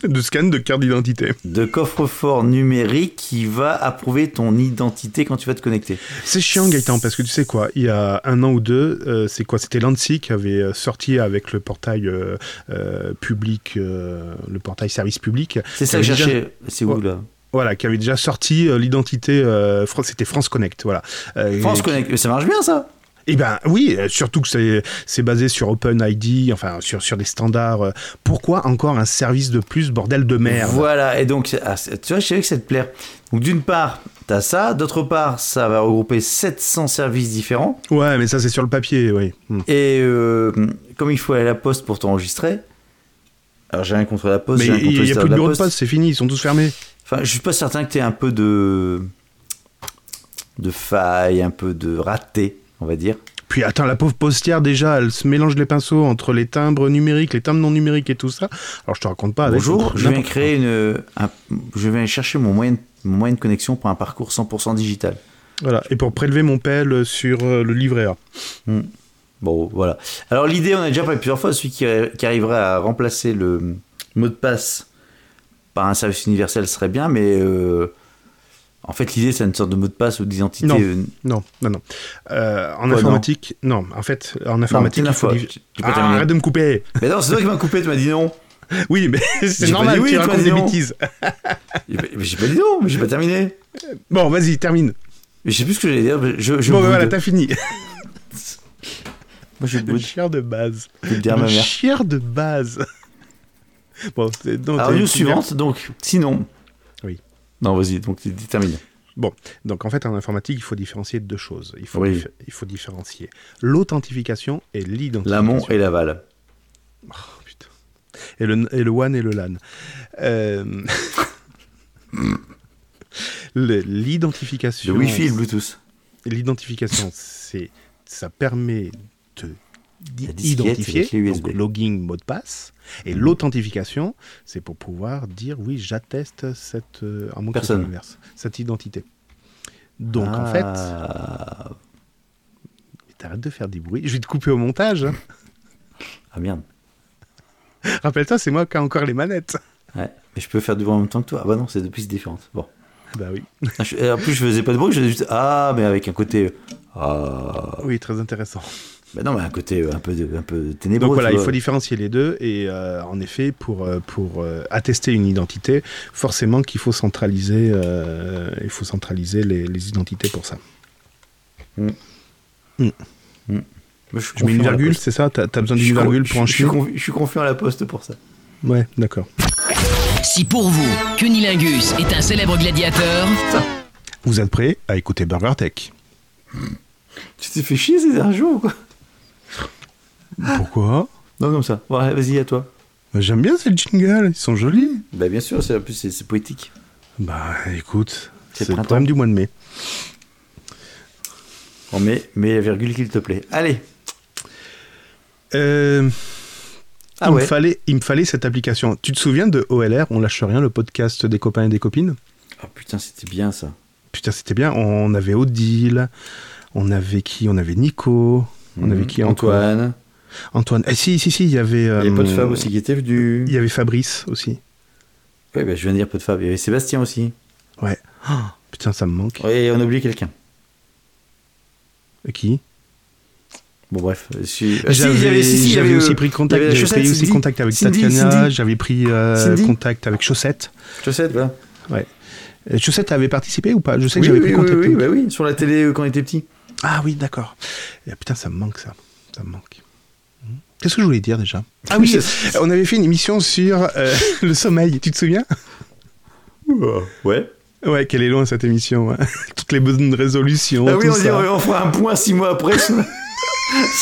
S2: De scan de carte d'identité.
S3: De coffre-fort numérique qui va approuver ton identité quand tu vas te connecter.
S2: C'est chiant, Gaëtan, parce que tu sais quoi, il y a un an ou deux, euh, c'est quoi C'était l'ANSI qui avait euh, sorti avec le portail euh, euh, public, euh, le portail service public.
S3: C'est ça que
S2: Qui
S3: je
S2: avait déjà-
S3: cherchais. C'est où,
S2: Ouais.
S3: là
S2: Voilà, qui avait déjà sorti euh, l'identité. euh, Fran- C'était France Connect, voilà. Euh,
S3: France
S2: qui-
S3: Connect, ça marche bien, ça
S2: Eh ben oui, euh, surtout que c'est c'est basé sur OpenID, enfin sur, sur des standards. euh, Pourquoi encore un service de plus, bordel de merde
S3: Voilà, et donc, ah, c'est- tu vois, je savais que ça te plaire. Donc d'une part, t'as ça, d'autre part, ça va regrouper 700 services différents,
S2: Ouais, mais ça c'est sur le papier, oui. Hmm.
S3: Et euh, comme il faut aller à la poste pour t'enregistrer, alors j'ai rien contre la poste,
S2: Mais
S3: j'ai rien
S2: il
S3: contre
S2: n'y a
S3: l'histoire
S2: plus de
S3: la
S2: bureau de
S3: poste.
S2: poste, c'est fini, ils sont tous fermés.
S3: Enfin, je suis pas certain que t'aies un peu de de faille, un peu de raté, on va dire.
S2: Puis attends, la pauvre postière déjà, elle se mélange les pinceaux entre les timbres numériques, les timbres non numériques et tout ça. Alors je te raconte pas. avec-
S3: Bonjour, je viens
S2: Ah, n'importe-
S3: créer une, un- je viens chercher mon moyen, de- mon moyen de connexion pour un parcours 100% digital.
S2: Voilà, et pour prélever mon PL sur euh, le livret A.
S3: Bon, voilà. Alors l'idée, on a déjà parlé plusieurs fois, celui qui, qui arriverait à remplacer le mot de passe par un service universel serait bien, mais euh, En fait, l'idée, c'est une sorte de mot de passe ou d'identité.
S2: Non.
S3: euh,
S2: Non, non, non. Euh, en
S3: Ouais,
S2: informatique, non. En fait, en informatique,
S3: t'es la
S2: il faut
S3: fois.
S2: div-
S3: Tu- tu peux
S2: Ah,
S3: terminer.
S2: arrête de me couper.
S3: Mais non, c'est toi qui m'as coupé, tu m'as dit non.
S2: Oui, mais c'est
S3: J'ai
S2: normal,
S3: pas dit
S2: tu
S3: oui, toi,
S2: racontes
S3: dis
S2: des
S3: donc.
S2: bêtises.
S3: Eh ben, mais J'ai pas dit non, mais j'ai pas terminé.
S2: Bon, vas-y, termine.
S3: Mais Je sais plus ce que j'allais dire, mais je, je
S2: bon, ben
S3: boude.
S2: voilà, t'as fini.
S3: Moi, je
S2: Le
S3: boude.
S2: chien de base.
S3: Je vais le dire à
S2: le
S3: ma mère.
S2: chien de base. bon, c'est- donc,
S3: Alors,
S2: t'as-
S3: news suivante, donc, sinon.
S2: Oui.
S3: Non, vas-y, donc, tu- tu termines.
S2: Donc, en fait, en informatique, il faut différencier deux choses. Il faut,
S3: Oui.
S2: dif- il faut différencier l'authentification et l'identification.
S3: L'amont et l'aval.
S2: Oh, putain. Et le, et le one et le LAN. Euh, le- L'identification.
S3: Le Wi-Fi et le Bluetooth.
S2: L'identification, c'est ça permet de d'i-
S3: La disquette
S2: identifier,
S3: avec les USB.
S2: donc login, mot de passe.
S3: Mhm.
S2: Et l'authentification, c'est pour pouvoir dire oui, j'atteste cette euh, un mot qui
S3: Personne.
S2: se renverse, cette identité. Donc en fait,
S3: Ah,
S2: t'arrêtes de faire des bruits. Je vais te couper au montage. hein.
S3: ah, merde.
S2: Rappelle-toi, c'est moi qui ai encore les manettes.
S3: Ouais. Mais je peux faire du bruit en même temps que toi. Ah bah non, c'est deux pistes différentes. Bon.
S2: Bah oui.
S3: Ah, je- et en plus, je faisais pas de bruit, je faisais juste ah, mais avec un côté euh, ah.
S2: Oui, très intéressant.
S3: Bah non, mais un côté euh, un peu de- un peu ténébreux.
S2: Donc voilà,
S3: tu
S2: il
S3: vois.
S2: faut différencier les deux. Et euh, en effet, pour, euh, pour euh, attester une identité, forcément qu'il faut centraliser, euh, il faut centraliser les, les identités pour ça.
S3: Moi, je suis
S2: Tu mets
S3: confiant à
S2: une
S3: la
S2: virgule,
S3: poste.
S2: c'est ça T'as t'as besoin
S3: Je
S2: d'une
S3: suis con-
S2: virgule
S3: je-
S2: pour en
S3: je suis
S2: chier
S3: confi- Je suis confiant à la poste pour ça.
S2: Ouais, d'accord.
S4: Si pour vous, Cunilingus est un célèbre gladiateur,
S2: Vous êtes prêts à écouter Burger Tech
S3: Tu t'es fait chier ces derniers jours ou quoi
S2: Ah. Pourquoi
S3: Non, comme ça. Ouais, vas-y, à toi.
S2: Bah, J'aime bien ces jingles, ils sont jolis.
S3: Bah bien sûr, c'est en plus c'est c'est poétique.
S2: Bah écoute,
S3: C'est
S2: c'est le
S3: printemps.
S2: problème du mois de mai.
S3: On met, met la virgule qu'il te plaît. Allez.
S2: Euh,
S3: Ah
S2: il,
S3: ouais.
S2: me fallait, il me fallait cette application. Tu te souviens de OLR, On Lâche Rien, le podcast des copains et des copines
S3: Ah putain, c'était bien ça.
S2: Putain, c'était bien. On avait Odile, on avait qui On avait Nico, on avait qui encore
S3: Mhm. Antoine.
S2: Antoine. Eh si, si, si, il y avait. euh,
S3: Il y avait Pot de Fab aussi qui était venu.
S2: Il y avait Fabrice aussi.
S3: Ouais, bah, je viens de dire Pot de Fab. Il y avait Sébastien aussi.
S2: Ouais. Ah, putain, ça me manque. Euh,
S3: Et on a oublié quelqu'un.
S2: Qui
S3: Bon, bref. Si, Ah, si,
S2: J'avais
S3: il y avait- si, si, il y
S2: j'avais
S3: avait,
S2: aussi
S3: euh,
S2: pris
S3: il
S2: contact,
S3: y avait
S2: j'avais
S3: Chaussette,
S2: pris aussi
S3: Cindy.
S2: contact avec
S3: Cindy,
S2: Tatiana,
S3: Cindy.
S2: j'avais pris euh,
S3: Cindy.
S2: contact avec Chaussette.
S3: Chaussette, bah. voilà.
S2: Ouais. Euh, Chaussette avait participé ou pas Je sais que
S3: Oui,
S2: j'avais
S3: oui,
S2: pris
S3: oui,
S2: contact.
S3: oui,
S2: avec
S3: bah oui, sur la télé euh, quand on était petit.
S2: lui. Ah oui, d'accord. Et putain, ça me manque ça. Ça me manque. Hmm. Qu'est-ce que je voulais dire déjà Ah oui, euh, on avait fait une émission sur euh, le sommeil, tu te souviens
S3: Ouais.
S2: Ouais, qu'elle est loin cette émission. hein. Toutes les bonnes résolutions.
S3: Ah oui,
S2: tout
S3: on, dit,
S2: ça.
S3: on fera un point six mois après sur-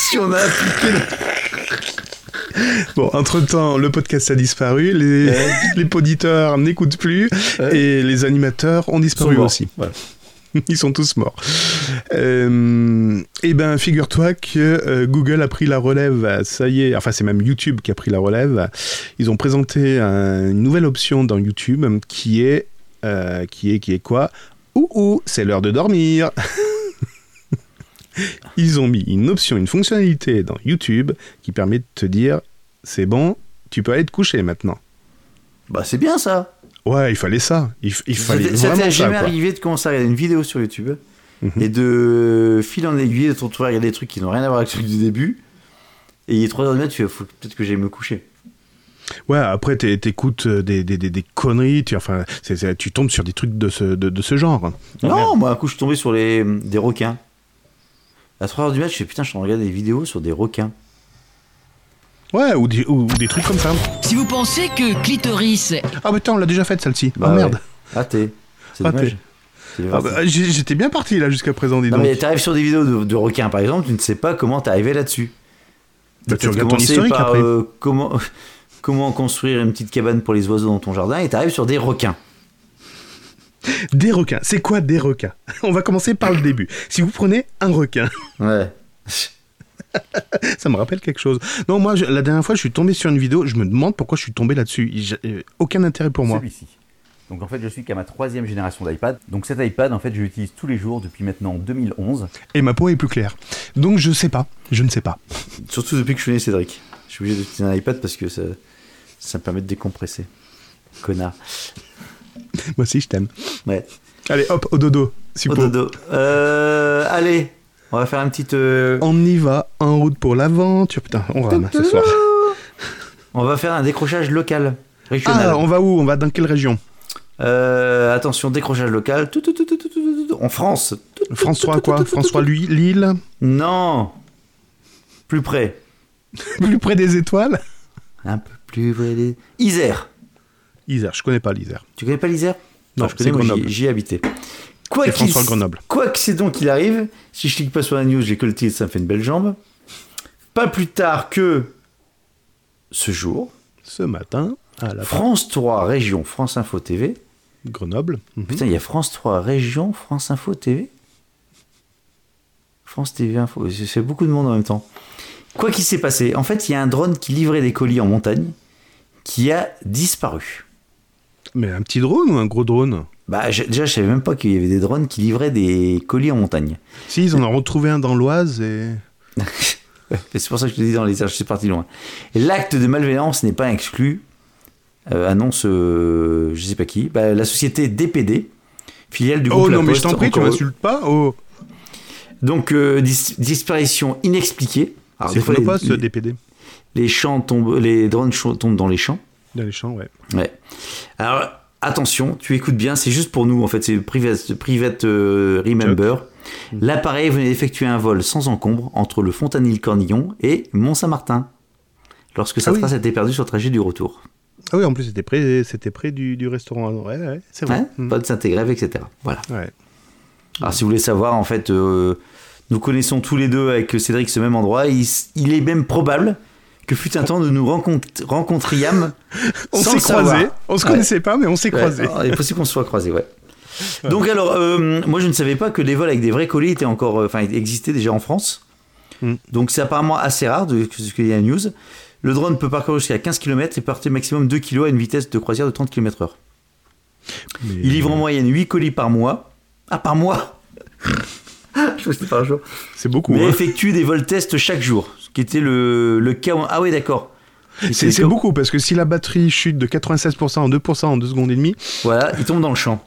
S3: si on a appliqué. le-
S2: Bon, entre-temps, le podcast a disparu, les,
S3: Ouais.
S2: les poditeurs n'écoutent plus
S3: Ouais.
S2: et les animateurs ont disparu
S3: morts.
S2: aussi.
S3: Voilà.
S2: Ils sont tous morts. Euh, Eh ben, figure-toi que euh, Google a pris la relève. Ça y est, enfin, c'est même YouTube qui a pris la relève. Ils ont présenté un- une nouvelle option dans YouTube qui est, euh, qui est, qui est quoi Ouh, ouh, c'est l'heure de dormir. Ils ont mis une option, une fonctionnalité dans YouTube qui permet de te dire, c'est bon, tu peux aller te coucher maintenant.
S3: Bah, c'est bien ça.
S2: Ouais, il fallait ça. Il, f- il fallait
S3: C'était- Ça
S2: vraiment
S3: t'est
S2: ça.
S3: jamais
S2: quoi. Mhm.
S3: arrivé de commencer à regarder une vidéo sur YouTube et de euh, fil en aiguille, de te retrouver à regarder des trucs qui n'ont rien à voir avec celui du début. Et il est 3h du matin, tu fais faut peut-être que j'aille me coucher.
S2: Ouais, après, t'é- t'écoutes euh, des, des, des, des conneries, tu, enfin, c'est- c'est- tu tombes sur des trucs de ce, de, de ce genre.
S3: Non, moi, un coup, je suis tombé sur les, hum, des requins. À 3h du matin, je fais putain, je suis en train de regarder des vidéos sur des requins.
S2: Ah, Ouais, ou des, ou, ou des trucs comme ça.
S4: si vous pensez que Clitoris
S2: Ah, mais attends, on l'a déjà faite celle-ci.
S3: Bah
S2: oh merde.
S3: ouais. Raté. C'est
S2: Raté.
S3: dommage. C'est
S2: Ah,
S3: dommage.
S2: bah, j'ai- J'étais bien parti là jusqu'à présent, dis
S3: non,
S2: donc.
S3: mais t'arrives sur des vidéos de, de requins, par exemple, tu ne sais pas comment t'es arrivé là-dessus.
S2: Bah, tu
S3: Peut-être
S2: regardes ton
S3: commencer
S2: historique
S3: par,
S2: après.
S3: euh, comment, comment construire une petite cabane pour les oiseaux dans ton jardin et t'arrives sur des requins.
S2: Des requins. C'est quoi des requins On va commencer par le début. Si vous prenez un requin,
S3: Ouais.
S2: ça me rappelle quelque chose. Non, moi, je- la dernière fois, je suis tombé sur une vidéo, je me demande pourquoi je suis tombé là-dessus. J'ai- euh, Aucun intérêt pour moi.
S6: Celui-ci. Donc en fait, je suis qu'à ma troisième génération d'iPad. Donc cet iPad, en fait, je l'utilise tous les jours depuis maintenant 2011.
S2: Et ma peau est plus claire. Donc, je sais pas. Je ne sais pas.
S3: Surtout depuis que je suis né, Cédric. Je suis obligé d'utiliser un iPad parce que ça, ça me permet de décompresser. Connard.
S2: Moi aussi, je t'aime.
S3: Ouais.
S2: Allez, hop, au dodo.
S3: Au
S2: Sipo.
S3: dodo. Euh, allez, on va faire un petit. euh,
S2: On y va, en route pour l'aventure. Putain, on rame ce soir.
S3: On va faire un décrochage local, régional.
S2: Ah, on va où On va dans quelle région
S3: Euh, attention, décrochage local. Tout, tout, tout, tout, tout, tout, tout, en France. Tout, tout,
S2: France
S3: tout,
S2: 3,
S3: tout,
S2: quoi
S3: tout, tout,
S2: France
S3: tout,
S2: 3, lui, Lille
S3: tout. Non. Plus près.
S2: Plus près des étoiles
S3: Un peu plus près. des- Isère.
S2: Isère, je connais pas l'Isère.
S3: Tu connais pas l'Isère
S2: Non,
S3: je connais
S2: c'est
S3: moi,
S2: Grenoble.
S3: J'y j'y ai habité. Quoi
S2: C'est
S3: qu'il-
S2: François Grenoble.
S3: Quoi que c'est donc qu'il arrive, si je clique pas sur la news, j'ai que le titre, ça me fait une belle jambe. Pas plus tard que ce jour,
S2: Ce matin, à la
S3: France 3 Région France Info TV.
S2: Grenoble. Mhm.
S3: Putain, il y a France 3 Région France Info TV. France TV Info, c'est c'est beaucoup de monde en même temps. Quoi qu'il s'est passé, en fait, il y a un drone qui livrait des colis en montagne qui a disparu.
S2: Mais un petit drone ou un gros drone
S3: Bah, je- déjà, je savais même pas qu'il y avait des drones qui livraient des colis en montagne.
S2: Si, ils en ont retrouvé un dans l'Oise et.
S3: Et C'est pour ça que je te dis dans les je suis parti loin. L'acte de malveillance n'est pas exclu, euh, annonce euh, je sais pas qui, Bah, la société DPD, filiale du groupe
S2: Oh
S3: La
S2: non, mais je
S3: Poste,
S2: t'en prie, tu
S3: encore eux.
S2: m'insultes pas Oh
S3: Donc, euh, dis- disparition inexpliquée. Alors,
S2: C'est euh,
S3: des fois, les,
S2: Chronopost,
S3: les-
S2: DPD.
S3: les champs tombent, les drones cho- tombent dans les champs.
S2: Dans les champs, ouais.
S3: Ouais. Alors, attention, tu écoutes bien, c'est juste pour nous, en fait, c'est private, private euh, remember. L'appareil venait d'effectuer un vol sans encombre entre le Fontanil-Cornillon et Mont-Saint-Martin, lorsque sa
S2: Ah oui.
S3: trace a été perdue sur le trajet du retour.
S2: Ah oui, en plus, c'était près, c'était près du, du restaurant. Ouais, ouais, c'est vrai.
S3: Hein
S2: Mhm.
S3: Pas de Saint-Égrève, etc. Voilà.
S2: Ouais. Mm.
S3: Alors, si vous voulez savoir, en fait, euh, nous connaissons tous les deux avec Cédric ce même endroit. Il, s- il est même probable que fut un temps nous nous rencontr- rencontrions.
S2: On
S3: sans
S2: s'est
S3: le savoir.
S2: croisés. On se
S3: Ouais.
S2: connaissait pas, mais on s'est
S3: Ouais,
S2: croisés.
S3: alors, il est possible qu'on se soit croisés, ouais. Donc alors, euh, moi je ne savais pas que les vols avec des vrais colis étaient encore, euh, enfin existaient déjà en France.
S2: Mm.
S3: Donc c'est apparemment assez rare de que- ce qu'il y a à news. Le drone peut parcourir jusqu'à 15 km et porter maximum 2 kg à une vitesse de croisière de 30 km/h.
S2: Mais-
S3: Il livre en moyenne 8 colis par mois. Ah par mois Je me suis dit par jour.
S2: C'est beaucoup.
S3: Mais
S2: hein.
S3: effectue des vols tests chaque jour, ce qui était le, le cas. où- Ah oui d'accord.
S2: C'est c'est beaucoup parce que si la batterie chute de 96% en 2% en 2 secondes et demie,
S3: Voilà, il tombe dans le champ.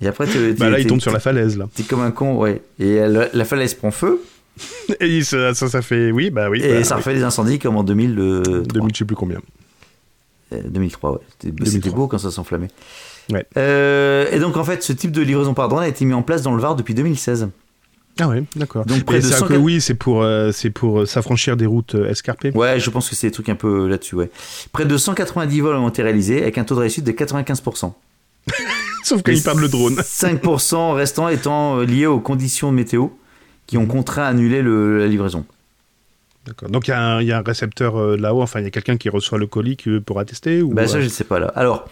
S3: Et après, t'es-
S2: bah là
S3: t'es-
S2: il tombe
S3: t'es-
S2: sur la falaise là.
S3: T'es comme un con, ouais. Et euh, la, la falaise prend feu,
S2: Et il se- ça, ça fait oui bah oui.
S3: et
S2: bah,
S3: ça
S2: oui.
S3: refait des incendies comme en 2003.
S2: 2000 je sais plus combien.
S3: Euh, 2003, ouais. C'était-
S2: 2003.
S3: C'était beau quand ça s'enflammait.
S2: Ouais.
S3: Euh, et donc, en fait, ce type de livraison par drone a été mis en place dans le Var depuis 2016.
S2: Ah ouais d'accord.
S3: Donc, près
S2: Et
S3: de
S2: ça
S3: 100
S2: que oui c'est pour euh, c'est pour euh, s'affranchir des routes euh, escarpées.
S3: Ouais, je pense que c'est des trucs un peu là-dessus, ouais. Près de 190 vols ont été réalisés avec un taux de réussite de 95%.
S2: Sauf qu'ils perdent le drone.
S3: 5% restant étant euh, liés aux conditions de météo qui
S2: Mhm.
S3: ont contraint à annuler le- la livraison.
S2: D'accord. Donc il y, a un- il y a un récepteur euh, là-haut. Enfin il y a quelqu'un qui reçoit le colis qui veut pour attester ou.
S3: Bah ça,
S2: euh,
S3: je ne sais pas là. Alors,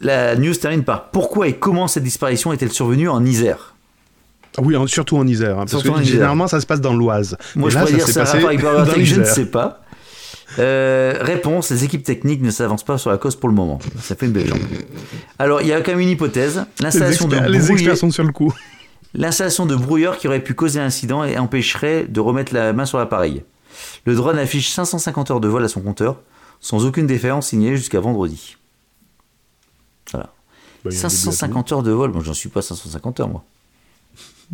S3: la news termine par pourquoi et comment cette disparition est-elle survenue en Isère
S2: ah Oui en- surtout en Isère. hein, parce
S3: Surtout
S2: que
S3: en Isère.
S2: généralement ça se passe dans l'Oise.
S3: Moi,
S2: Et
S3: je
S2: là,
S3: pourrais
S2: ça
S3: dire
S2: s'est
S3: ça a
S2: passé
S3: rapport avec Burger
S2: dans
S3: Tech, je ne
S2: l'Isère.
S3: sais pas. Euh, réponse les équipes techniques ne s'avancent pas sur la cause pour le moment. Ça fait une belle jambe. Alors, il y a quand même une hypothèse
S2: Les
S3: l'installation de,
S2: experts, les
S3: brouiller-
S2: experts sont sur le coup.
S3: l'installation de brouilleurs qui aurait pu causer l'incident et empêcherait de remettre la main sur l'appareil. Le drone affiche 550 heures de vol à son compteur, sans aucune défaillance signalée jusqu'à vendredi. Voilà.
S2: Bah, il y a un début à tout.
S3: 550 heures de vol, moi j'en suis pas à 550 heures moi.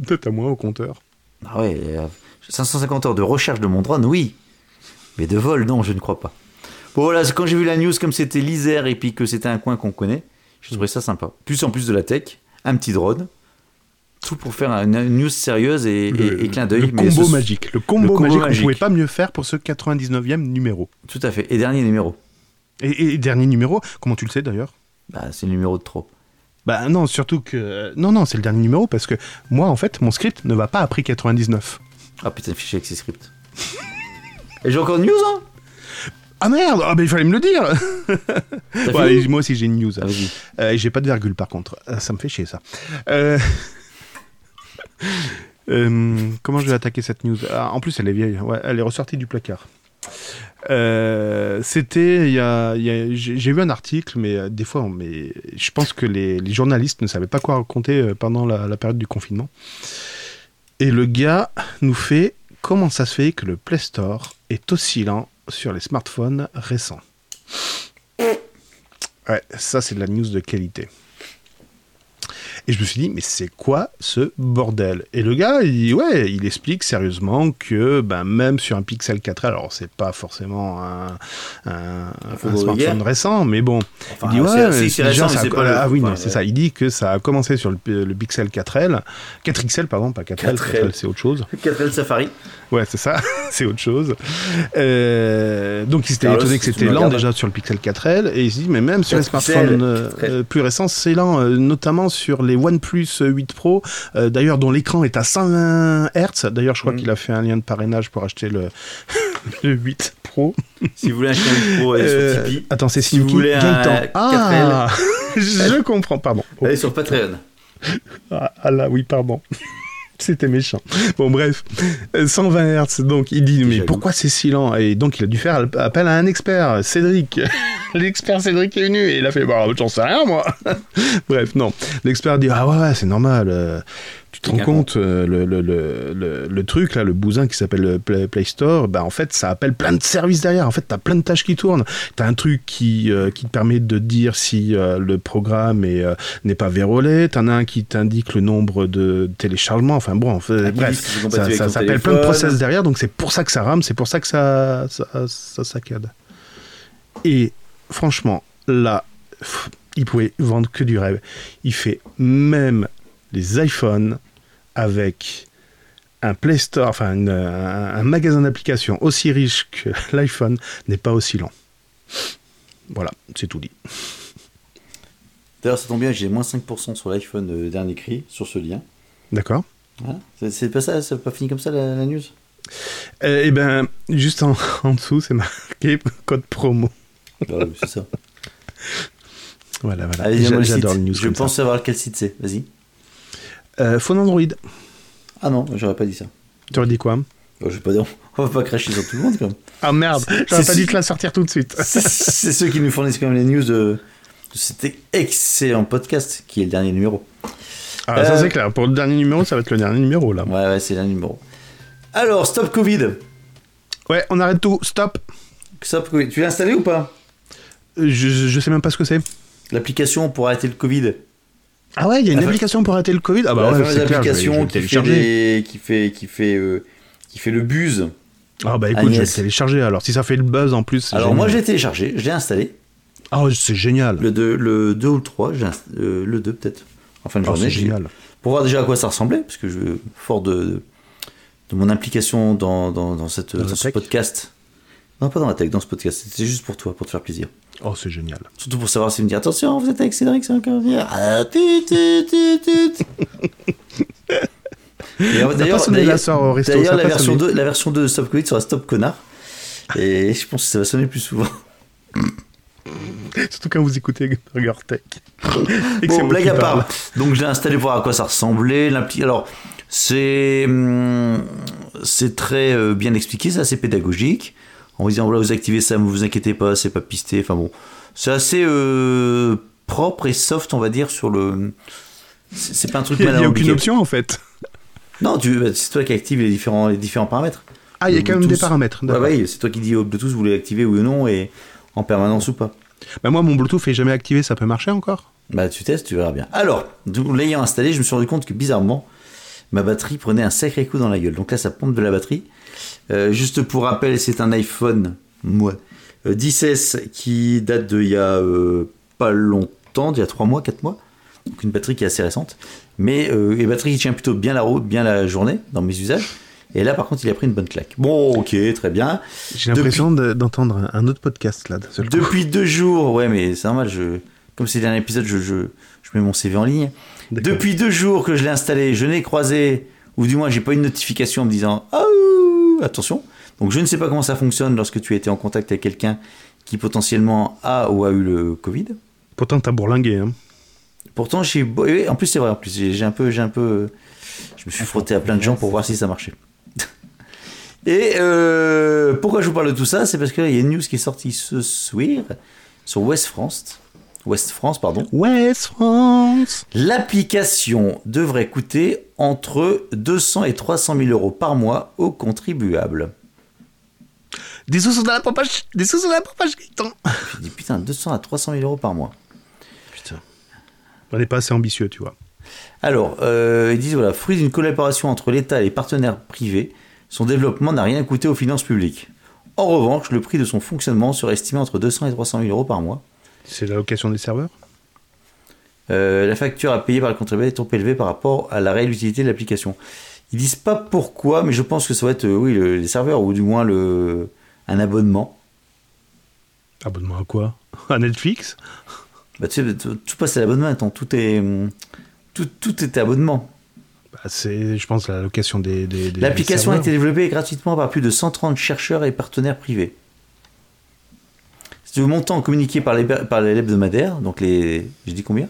S2: Peut-être à moins au compteur.
S3: Ah ouais, euh, 550 heures de recherche de mon drone, oui. Mais de vol, non, je ne crois pas. Bon voilà, c'est quand j'ai vu la news, comme c'était l'Isère et puis que c'était un coin qu'on connaît, j'ai trouvé ça sympa. Plus en plus de la tech, un petit drone, tout pour faire une une news sérieuse et, et- et clin d'œil.
S2: le
S3: mais
S2: combo
S3: ce-
S2: magique. Le combo,
S3: combo
S2: magique,
S3: magique.
S2: on pouvait pas mieux faire pour ce 99e numéro.
S3: Tout à fait. Et dernier numéro.
S2: Et, et dernier numéro, comment tu le sais d'ailleurs
S3: Bah, c'est le numéro de trop.
S2: Bah non, surtout que... euh, Non, non, c'est le dernier numéro parce que moi, en fait, mon script ne va pas après 99.
S3: Ah putain, fichier avec ses scripts. et j'ai encore une news, hein
S2: Ah merde Ah bah il fallait me le dire
S3: T'as
S2: Bon,
S3: fini
S2: allez, Moi aussi j'ai une news.
S3: Ah, vas-y.
S2: Euh, et j'ai pas de virgule par contre. Ah, Ça me fait chier ça. Euh, euh, comment je vais attaquer cette news Ah, En plus, elle est vieille. Ouais, elle est ressortie du placard. Euh, C'était il y a, il y a- j'ai j'ai vu un article, mais euh, des fois, on- mais je pense que les, les journalistes ne savaient pas quoi raconter euh, pendant la, la période du confinement. Et le gars nous fait comment ça se fait que le Play Store est oscillant sur les smartphones récents. Ouais, ça c'est de la news de qualité. Et je me suis dit, mais c'est quoi ce bordel Et le gars, il, ouais, il explique sérieusement que ben, même sur un Pixel 4 alors c'est pas forcément un, un- un
S3: bon
S2: smartphone
S3: hier.
S2: récent, mais bon,
S3: Enfin,
S2: il dit
S3: c'est-
S2: ouais,
S3: si, c'est
S2: déjà,
S3: récent,
S2: ça
S3: mais
S2: a-
S3: c'est pas le-
S2: ah oui, non,
S3: enfin,
S2: c'est
S3: ouais.
S2: ça. Il dit que ça a commencé sur le, le Pixel 4L, 4XL pardon, pas 4L,
S3: 4L.
S2: 4L c'est autre chose.
S3: 4L Safari.
S2: Ouais, c'est ça, c'est autre chose. Euh, donc il s'était
S3: Carlos,
S2: étonné que
S3: si tu
S2: c'était
S3: me
S2: lent
S3: regardes.
S2: déjà sur le Pixel 4L et il se dit mais même sur les
S3: 4XL,
S2: smartphones euh,
S3: 4L.
S2: euh, plus récents c'est lent, euh, notamment sur les OnePlus 8 Pro, euh, d'ailleurs dont l'écran est à 120 Hz. D'ailleurs je crois
S3: Mhm.
S2: qu'il a fait un lien de parrainage pour acheter le, le 8 Pro.
S3: Si vous voulez acheter un micro, allez sur
S2: Euh,
S3: Tipeee.
S2: attends c'est
S3: Si
S2: Simki
S3: vous voulez un
S2: Gaëtan.
S3: 4L.
S2: Ah, je comprends, pardon.
S3: Allez sur Patreon.
S2: Ah, ah là, oui, pardon. C'était méchant. Bon, bref. Euh, 120 Hertz. Donc, il dit, mais
S3: jaloux.
S2: pourquoi c'est si lent Et donc, il a dû faire appel à un expert, Cédric. L'expert Cédric est venu et il a fait, bah, j'en sais rien, moi. bref, non. L'expert dit, ah ouais, ouais, c'est normal. euh, Tu te rends
S3: Quelqu'un
S2: compte, euh, le, le- le- le- le truc, là, le bousin qui s'appelle euh, Play, Play Store, bah, en fait, ça appelle plein de services derrière. En fait, t'as plein de tâches qui tournent. T'as un truc qui, euh, qui te permet de dire si euh, le programme est, euh, n'est pas vérolé. T'en as un qui t'indique le nombre de téléchargements. Enfin bon, en fait,
S3: Ah, qui dit
S2: bref,
S3: si c'est compatible
S2: ça,
S3: avec
S2: ça
S3: ton
S2: s'appelle plein de
S3: téléphone.
S2: process derrière. Donc c'est pour ça que ça rame, c'est pour ça que ça, ça, ça saccade. Et franchement, là, pff, il pouvait vendre que du rêve. Il fait même les iPhones avec un Play Store, enfin une- euh, un, un magasin d'applications aussi riche que l'iPhone n'est pas aussi lent. Voilà, c'est tout dit.
S3: D'ailleurs, ça tombe bien, j'ai moins 5% sur l'iPhone euh, dernier cri, sur ce lien.
S2: D'accord
S3: Voilà. C'est- C'est pas ça, ça pas fini comme ça la, la news
S2: Euh, Eh ben, juste en, en dessous, c'est marqué code promo.
S3: Ah oui, C'est ça.
S2: Voilà, voilà.
S3: Allez,
S2: J'a-
S3: dis-moi le site.
S2: J'adore les news
S3: Je
S2: comme
S3: pense
S2: ça.
S3: savoir quel site c'est, vas-y.
S2: Euh, phone Android,
S3: Ah non, j'aurais pas dit ça.
S2: tu aurais dit quoi
S3: Bon, je vais pas dire, on va pas cracher sur tout le monde quand même.
S2: Ah merde, j'aurais
S3: c'est-
S2: pas dit de la sortir tout de suite.
S3: C'est- C'est ceux qui nous fournissent quand même les news de, de cet excellent podcast qui est le dernier numéro.
S2: Ah, ça
S3: Euh,
S2: c'est clair, pour le dernier numéro, ça va être le dernier numéro là.
S3: Ouais, ouais, c'est le dernier numéro. Alors, Stop Covid.
S2: Ouais, on arrête tout, stop.
S3: Stop Covid. Tu l'as installé ou pas
S2: Euh, Je, je sais même pas ce que c'est.
S3: L'application pour arrêter le Covid.
S2: Ah ouais, il y a une
S3: La fa-
S2: application pour arrêter le Covid Ah bah
S3: la
S2: ouais,
S3: fameuse
S2: c'est clair, je vais- je vais
S3: application
S2: le
S3: qui, fait
S2: télécharger.
S3: des- qui fait qui fait euh, qui fait le buzz.
S2: Ah bah écoute,
S3: Agnès.
S2: je vais le télécharger alors. Si ça fait le buzz en plus, c'est
S3: Alors
S2: génial.
S3: moi j'ai téléchargé, je l'ai installé.
S2: Ah ouais, c'est génial.
S3: Le 2, le 2 ou le 3, j'ai inst- euh, le 2 peut-être. En fin de
S2: Oh,
S3: journée,
S2: c'est
S3: j'ai-
S2: génial.
S3: pour voir déjà à quoi ça ressemblait, parce que je, fort de, de mon implication dans, dans, dans cette,
S2: la
S3: dans ce
S2: tech
S3: podcast. Non, pas dans la tech, dans ce podcast. C'était juste pour toi, pour te faire plaisir.
S2: Oh, c'est génial.
S3: Surtout pour savoir si me dire attention, vous êtes avec Cédric, c'est encore venir. Ah, tut, tut, tut, tut. Et, euh, D'ailleurs,
S2: sonné la
S3: d'ailleurs-
S2: sort au resto, ça
S3: d'ailleurs,
S2: a
S3: la,
S2: pas
S3: version
S2: sonné.
S3: 2 la version 2 de Stop Covid sera Stop Connard. Et je pense que ça va sonner plus souvent.
S2: Surtout quand vous écoutez Burger Tech. Et que c'est
S3: Bon,
S2: moi
S3: blague
S2: qui
S3: à
S2: parle.
S3: part. Donc, je l'ai installé pour voir à quoi ça ressemblait. l'impli- Alors, c'est hum, c'est très euh, bien expliqué, c'est assez pédagogique. En vous disant, voilà, vous activez ça, mais vous inquiétez pas, c'est pas pisté. Enfin bon, c'est assez euh, propre et soft, on va dire, sur le. C'est c'est pas un truc
S2: Il y a,
S3: mal
S2: il y a aucune
S3: alambiqué.
S2: option en fait.
S3: Non, tu- bah, c'est toi qui active les différents, les différents paramètres.
S2: Ah, il y a
S3: Le
S2: quand même des
S3: Bluetooth.
S2: paramètres.
S3: Euh, Ouais,
S2: d'accord.
S3: ouais, c'est toi qui dis au Bluetooth, vous l'activez oui ou non, et en permanence ou pas.
S2: Bah, moi, mon Bluetooth est jamais activé, ça peut marcher encore
S3: Bah tu testes, tu verras bien. Alors, donc, l'ayant installé, je me suis rendu compte que bizarrement, ma batterie prenait un sacré coup dans la gueule. Donc là, ça pompe de la batterie. Euh, juste pour rappel, c'est un iPhone, moi, euh, 10S qui date de il y a euh, pas longtemps, d'il y a 3 mois, 4 mois. Donc une batterie qui est assez récente. Mais euh, une batterie qui tient plutôt bien la route, bien la journée dans mes usages. Et là, par contre, il a pris une bonne claque. Bon, ok, très bien.
S2: J'ai l'impression de- d'entendre un- un autre podcast là. d'un seul coup.
S3: Depuis deux jours, ouais, mais c'est normal, je, comme c'est le dernier épisode, je, je, je mets mon CV en ligne.
S2: D'accord.
S3: Depuis deux jours que je l'ai installé, je n'ai croisé, ou du moins, j'ai pas eu une notification en me disant Aouh, attention. Donc, je ne sais pas comment ça fonctionne lorsque tu as été en contact avec quelqu'un qui potentiellement a ou a eu le Covid.
S2: Pourtant, t'as bourlingué. Hein.
S3: Pourtant, j'ai. bo- et En plus, c'est vrai, en plus, j'ai j'ai un peu. j'ai un peu Je me suis frotté à plein de gens pour voir si ça marchait. Et euh, pourquoi je vous parle de tout ça C'est parce qu'il y a une news qui est sortie ce soir sur West France. West France, pardon.
S2: West France
S3: L'application devrait coûter entre 200 et 300 000 euros par mois aux contribuables.
S2: Des sous sont dans la propage Des sous sont dans la propage Gaëtan
S3: Je dis putain, 200 à 300 000 euros par mois.
S2: On n'est pas assez ambitieux, tu vois.
S3: Alors, euh, ils disent voilà, fruit d'une collaboration entre l'État et les partenaires privés, son développement n'a rien coûté aux finances publiques. En revanche, le prix de son fonctionnement serait estimé entre 200 et 300 000 euros par mois.
S2: C'est la location des serveurs
S3: Euh, la facture à payer par le contribuable est trop élevée par rapport à la réelle utilité de l'application. Ils disent pas pourquoi, mais je pense que ça va être euh, oui, le- les serveurs ou du moins le, un abonnement.
S2: Abonnement à quoi À Netflix
S3: Bah, tu sais, tout tout passe à l'abonnement, attends, tout est, hum, tout, tout est abonnement.
S2: Bah, C'est, je pense, la location des. des- des
S3: L'application a été
S2: serveurs.
S3: développée gratuitement par plus de 130 chercheurs et partenaires privés. C'est le montant communiqué par les- par l'hebdomadaire, donc les. Je dis combien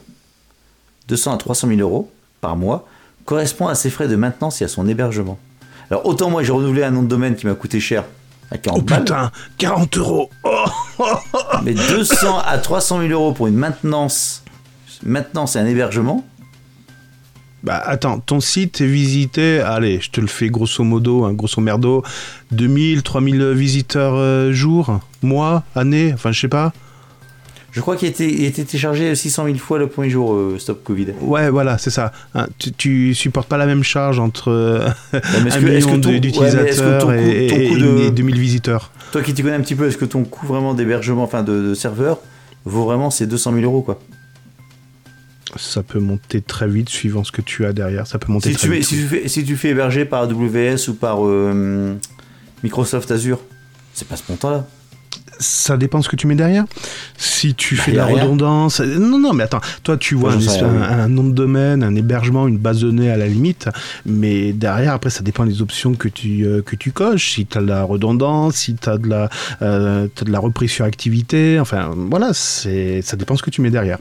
S3: 200 à 300 000 euros par mois, correspond à ses frais de maintenance et à son hébergement. Alors autant moi j'ai renouvelé un nom de domaine qui m'a coûté cher à 40
S2: Oh
S3: balles,
S2: putain 40 euros Oh
S3: mais 200 à 300 000 euros pour une maintenance, maintenance et un hébergement,
S2: Bah attends, ton site est visité, allez, je te le fais grosso modo, hein, grosso merdo, 2000, 3000 visiteurs euh, jour, mois, année, enfin je sais pas.
S3: je crois qu'il a, été- il a été téléchargé 600 000 fois le premier jour euh, Stop Covid.
S2: Ouais, voilà, c'est ça. Hein, tu, tu supportes pas la même charge entre euh,
S3: mais est-ce
S2: un
S3: que- est-ce que
S2: million
S3: ton-
S2: de-
S3: ouais, mais est-ce que
S2: d'utilisateurs
S3: ton coût-
S2: et,
S3: ton coût
S2: et-
S3: de-
S2: et 2000 visiteurs.
S3: Toi qui t'y connais un petit peu, est-ce que ton coût vraiment d'hébergement, enfin de, de serveur, vaut vraiment ces 200 000 euros quoi
S2: Ça peut monter très vite suivant ce que tu as derrière. Ça peut monter
S3: si
S2: très
S3: tu, es-
S2: vite.
S3: si, tu fais, si tu fais héberger par AWS ou par euh, Microsoft Azure, c'est pas ce montant-là.
S2: Ça dépend ce que tu mets derrière. Si tu fais de
S3: y a
S2: la
S3: rien.
S2: redondance. Non, non, mais attends. Toi, tu vois
S3: Moi,
S2: un,
S3: j'en sais
S2: espèce-
S3: rien,
S2: un- un nom de domaine, un hébergement, une base de données à la limite. Mais derrière, après, ça dépend des options que tu, euh, que tu coches. Si tu as de la redondance, si tu as, de la, euh, t'as de la reprise sur activité. Enfin, voilà, c'est- ça dépend ce que tu mets derrière.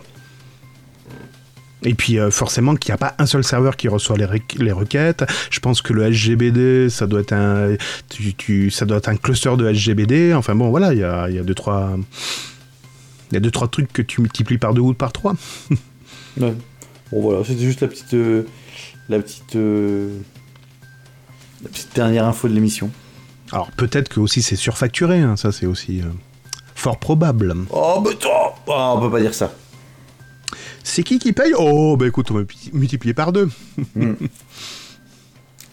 S2: Et puis euh, forcément qu'il n'y a pas un seul serveur qui reçoit les, requ- les requêtes. Je pense que le SGBD, ça doit être un, tu- tu- ça doit être un cluster de SGBD. Enfin bon, voilà, il y a, il y a deux trois, il y a deux trois trucs que tu multiplies par deux ou par trois.
S3: Ouais. Bon voilà, c'était juste la petite, euh, la petite, euh, la petite dernière info de l'émission.
S2: Alors peut-être que aussi c'est surfacturé. hein, ça c'est aussi euh, fort probable.
S3: Oh mais toi, oh, on peut pas dire ça.
S2: C'est qui qui paye Oh bah écoute, on va multi- multiplier par deux.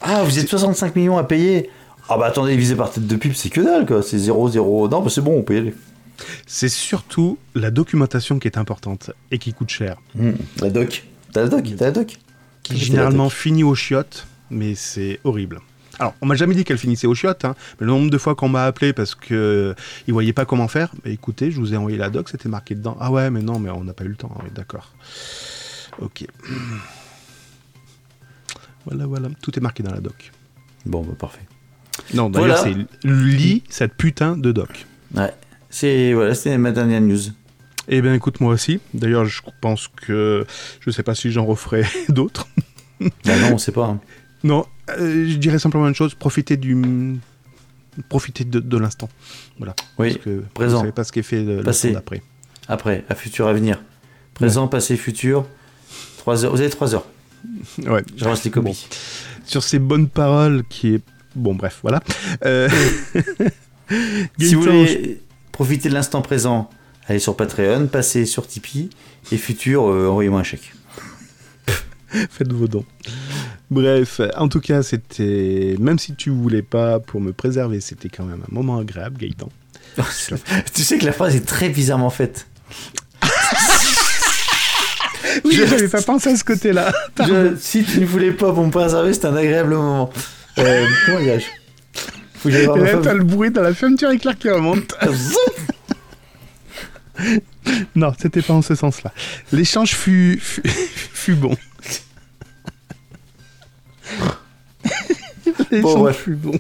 S3: Ah, vous êtes 65 millions à payer. Ah bah attendez, divisé par tête de pub, c'est que dalle quoi. C'est 0, 0. Non, mais c'est bon, on peut y aller.
S2: C'est surtout la documentation qui est importante et qui coûte cher.
S3: Hmm, La doc, t'as la doc, t'as la doc.
S2: qui généralement finit aux chiottes, mais c'est horrible. Alors, on m'a jamais dit qu'elle finissait aux chiottes, hein, mais le nombre de fois qu'on m'a appelé parce que euh, ils voyaient pas comment faire, bah, écoutez, je vous ai envoyé la doc, c'était marqué dedans. Ah ouais, mais non, mais on n'a pas eu le temps, Ah ouais, d'accord. Ok. Voilà, voilà, tout est marqué dans la doc.
S3: Bon, bah parfait.
S2: Non, d'ailleurs,
S3: Voilà.
S2: c'est lis cette putain de doc.
S3: Ouais. C'est voilà, c'était ma dernière news.
S2: Eh bien, écoute, moi aussi. D'ailleurs, je pense que je sais pas si j'en referai d'autres.
S3: Bah non, on sait pas. hein.
S2: Non, euh, je dirais simplement une chose profitez du. Profitez de, de l'instant. Voilà.
S3: Oui,
S2: Parce que Vous
S3: présent.
S2: savez pas ce qu'est fait le-
S3: Passé.
S2: l'instant d'après.
S3: Après, à futur, à venir. Présent, passé, futur. 3 heures. Vous avez 3 heures.
S2: Ouais.
S3: Je reste les copies.
S2: Sur ces bonnes paroles qui est. Bon, bref, voilà. Euh,
S3: si vous
S2: Gaëtan,
S3: voulez profiter de l'instant présent, allez sur Patreon, passez sur Tipeee et futur, euh, envoyez-moi un chèque.
S2: Faites vos dons. Bref, en tout cas, c'était. Même si tu voulais pas pour me préserver, c'était quand même un moment agréable, Gaëtan.
S3: tu sais que la phrase est très bizarrement faite.
S2: Oui,
S3: Je-
S2: j'avais pas pensé à ce côté-là.
S3: Je- si tu ne voulais pas pour me préserver, c'est un agréable moment. Euh, comment dirais-je Faut que j'aille voir
S2: Et
S3: ma
S2: là,
S3: femme.
S2: t'as le bruit dans la fermeture éclair qui remonte. Non, c'était pas en ce sens-là. L'échange fut, fut, fut bon. L'échange
S3: Bon, bref.
S2: fut bon.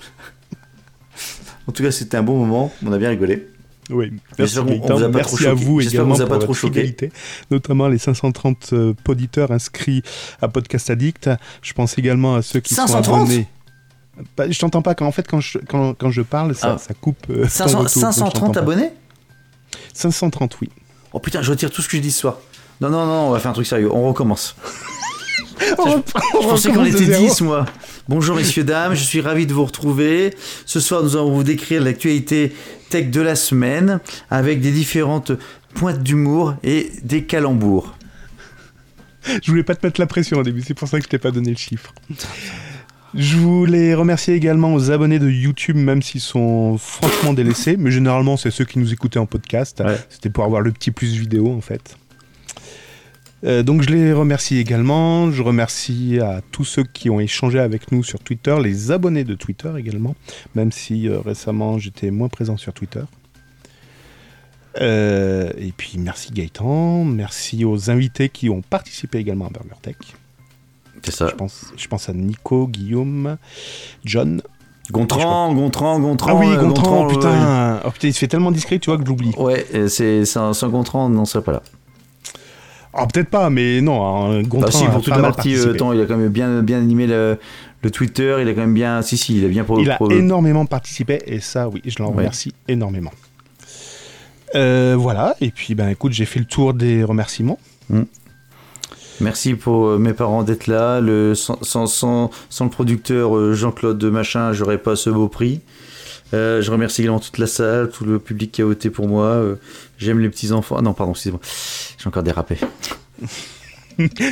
S3: En tout cas, c'était un bon moment. On a bien rigolé.
S2: Oui,
S3: J'espère qu'on- on
S2: Gaëtan.
S3: vous a pas
S2: merci
S3: trop
S2: à
S3: choqué.
S2: vous
S3: J'espère qu'on
S2: également
S3: vous a
S2: pour
S3: pas trop
S2: votre
S3: choqué.
S2: fidélité, notamment les 530 euh, auditeurs inscrits à Podcast Addict. Je pense également à ceux qui sont
S3: 530?
S2: abonnés. Bah, je t'entends pas. Quand, en fait, quand je, quand, quand je parle, ça,
S3: Ah.
S2: ça coupe. euh, ton
S3: 500
S2: retour, donc je t'entends
S3: 530
S2: pas.
S3: abonnés
S2: 530, oui.
S3: Oh putain, je retire tout ce que je dis ce soir. Non, non, non, on va faire un truc sérieux. On recommence. Je pensais qu'on était 10, moi. Bonjour, messieurs, dames. Je suis ravi de vous retrouver. Ce soir, nous allons vous décrire l'actualité tech de la semaine avec des différentes pointes d'humour et des calembours.
S2: Je voulais pas te mettre la pression au début, c'est pour ça que je t'ai pas donné le chiffre. Je voulais remercier également aux abonnés de YouTube, même s'ils sont franchement délaissés, mais généralement c'est ceux qui nous écoutaient en podcast.
S3: Ouais.
S2: C'était pour avoir le petit plus vidéo en fait. Euh, donc je les remercie également. Je remercie à tous ceux qui ont échangé avec nous sur Twitter, les abonnés de Twitter également, même si euh, récemment j'étais moins présent sur Twitter. Euh, et puis merci Gaëtan, merci aux invités qui ont participé également à Burger Tech.
S3: C'est ça.
S2: Je pense, je pense à Nico, Guillaume, John.
S3: Gontran, Gontran, Gontran.
S2: ah oui,
S3: euh,
S2: Gontran,
S3: euh,
S2: putain. Oh, putain, il se fait tellement discret, tu vois, que je l'oublie.
S3: Ouais, euh, c'est sans, sans Gontran, on n'en serait pas là.
S2: Ah, peut-être pas, mais non, hein, Gontran.
S3: Bah si,
S2: a
S3: pour toute
S2: pas
S3: la
S2: mal
S3: partie euh,
S2: participé.
S3: temps, il a quand même bien, bien animé le, le Twitter, il a quand même bien. Si, si, il a bien pro-
S2: Il a
S3: pro-
S2: énormément participé, et ça, oui, je l'en
S3: Ouais.
S2: remercie énormément. Euh, voilà, et puis, ben écoute, j'ai fait le tour des remerciements.
S3: Merci pour euh, mes parents d'être là. Le, sans, sans, sans, sans le producteur euh, Jean-Claude de Machin, j'aurais pas ce beau prix. Euh, je remercie également toute la salle, tout le public qui a voté pour moi. Euh, J'aime les petits enfants. Ah non, pardon, excusez-moi. J'ai encore dérapé.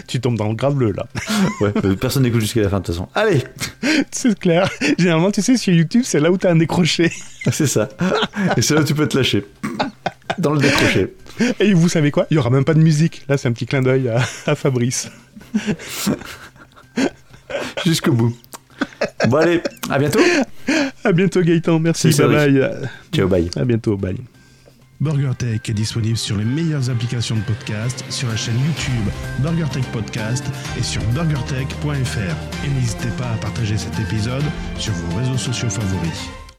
S2: Tu tombes dans le grave bleu, là.
S3: Ouais, euh, personne n'écoute jusqu'à la fin de toute façon. Allez,
S2: c'est clair. Généralement, tu sais, sur YouTube, c'est là où t'as un décroché.
S3: c'est ça. Et c'est là où tu peux te lâcher. Dans le décroché.
S2: Et vous savez quoi Il y aura même pas de musique. Là, c'est un petit clin d'œil à- à Fabrice.
S3: Jusqu'au bout. Bon, allez, à bientôt.
S2: À bientôt, Gaëtan. Merci.
S3: Salut,
S2: bye
S3: Fabrice.
S2: bye.
S3: Ciao, bye.
S2: À bientôt, bye.
S1: BurgerTech est disponible sur les meilleures applications de podcast, sur la chaîne YouTube BurgerTech Podcast et sur burgertech.fr. Et n'hésitez pas à partager cet épisode sur vos réseaux sociaux favoris.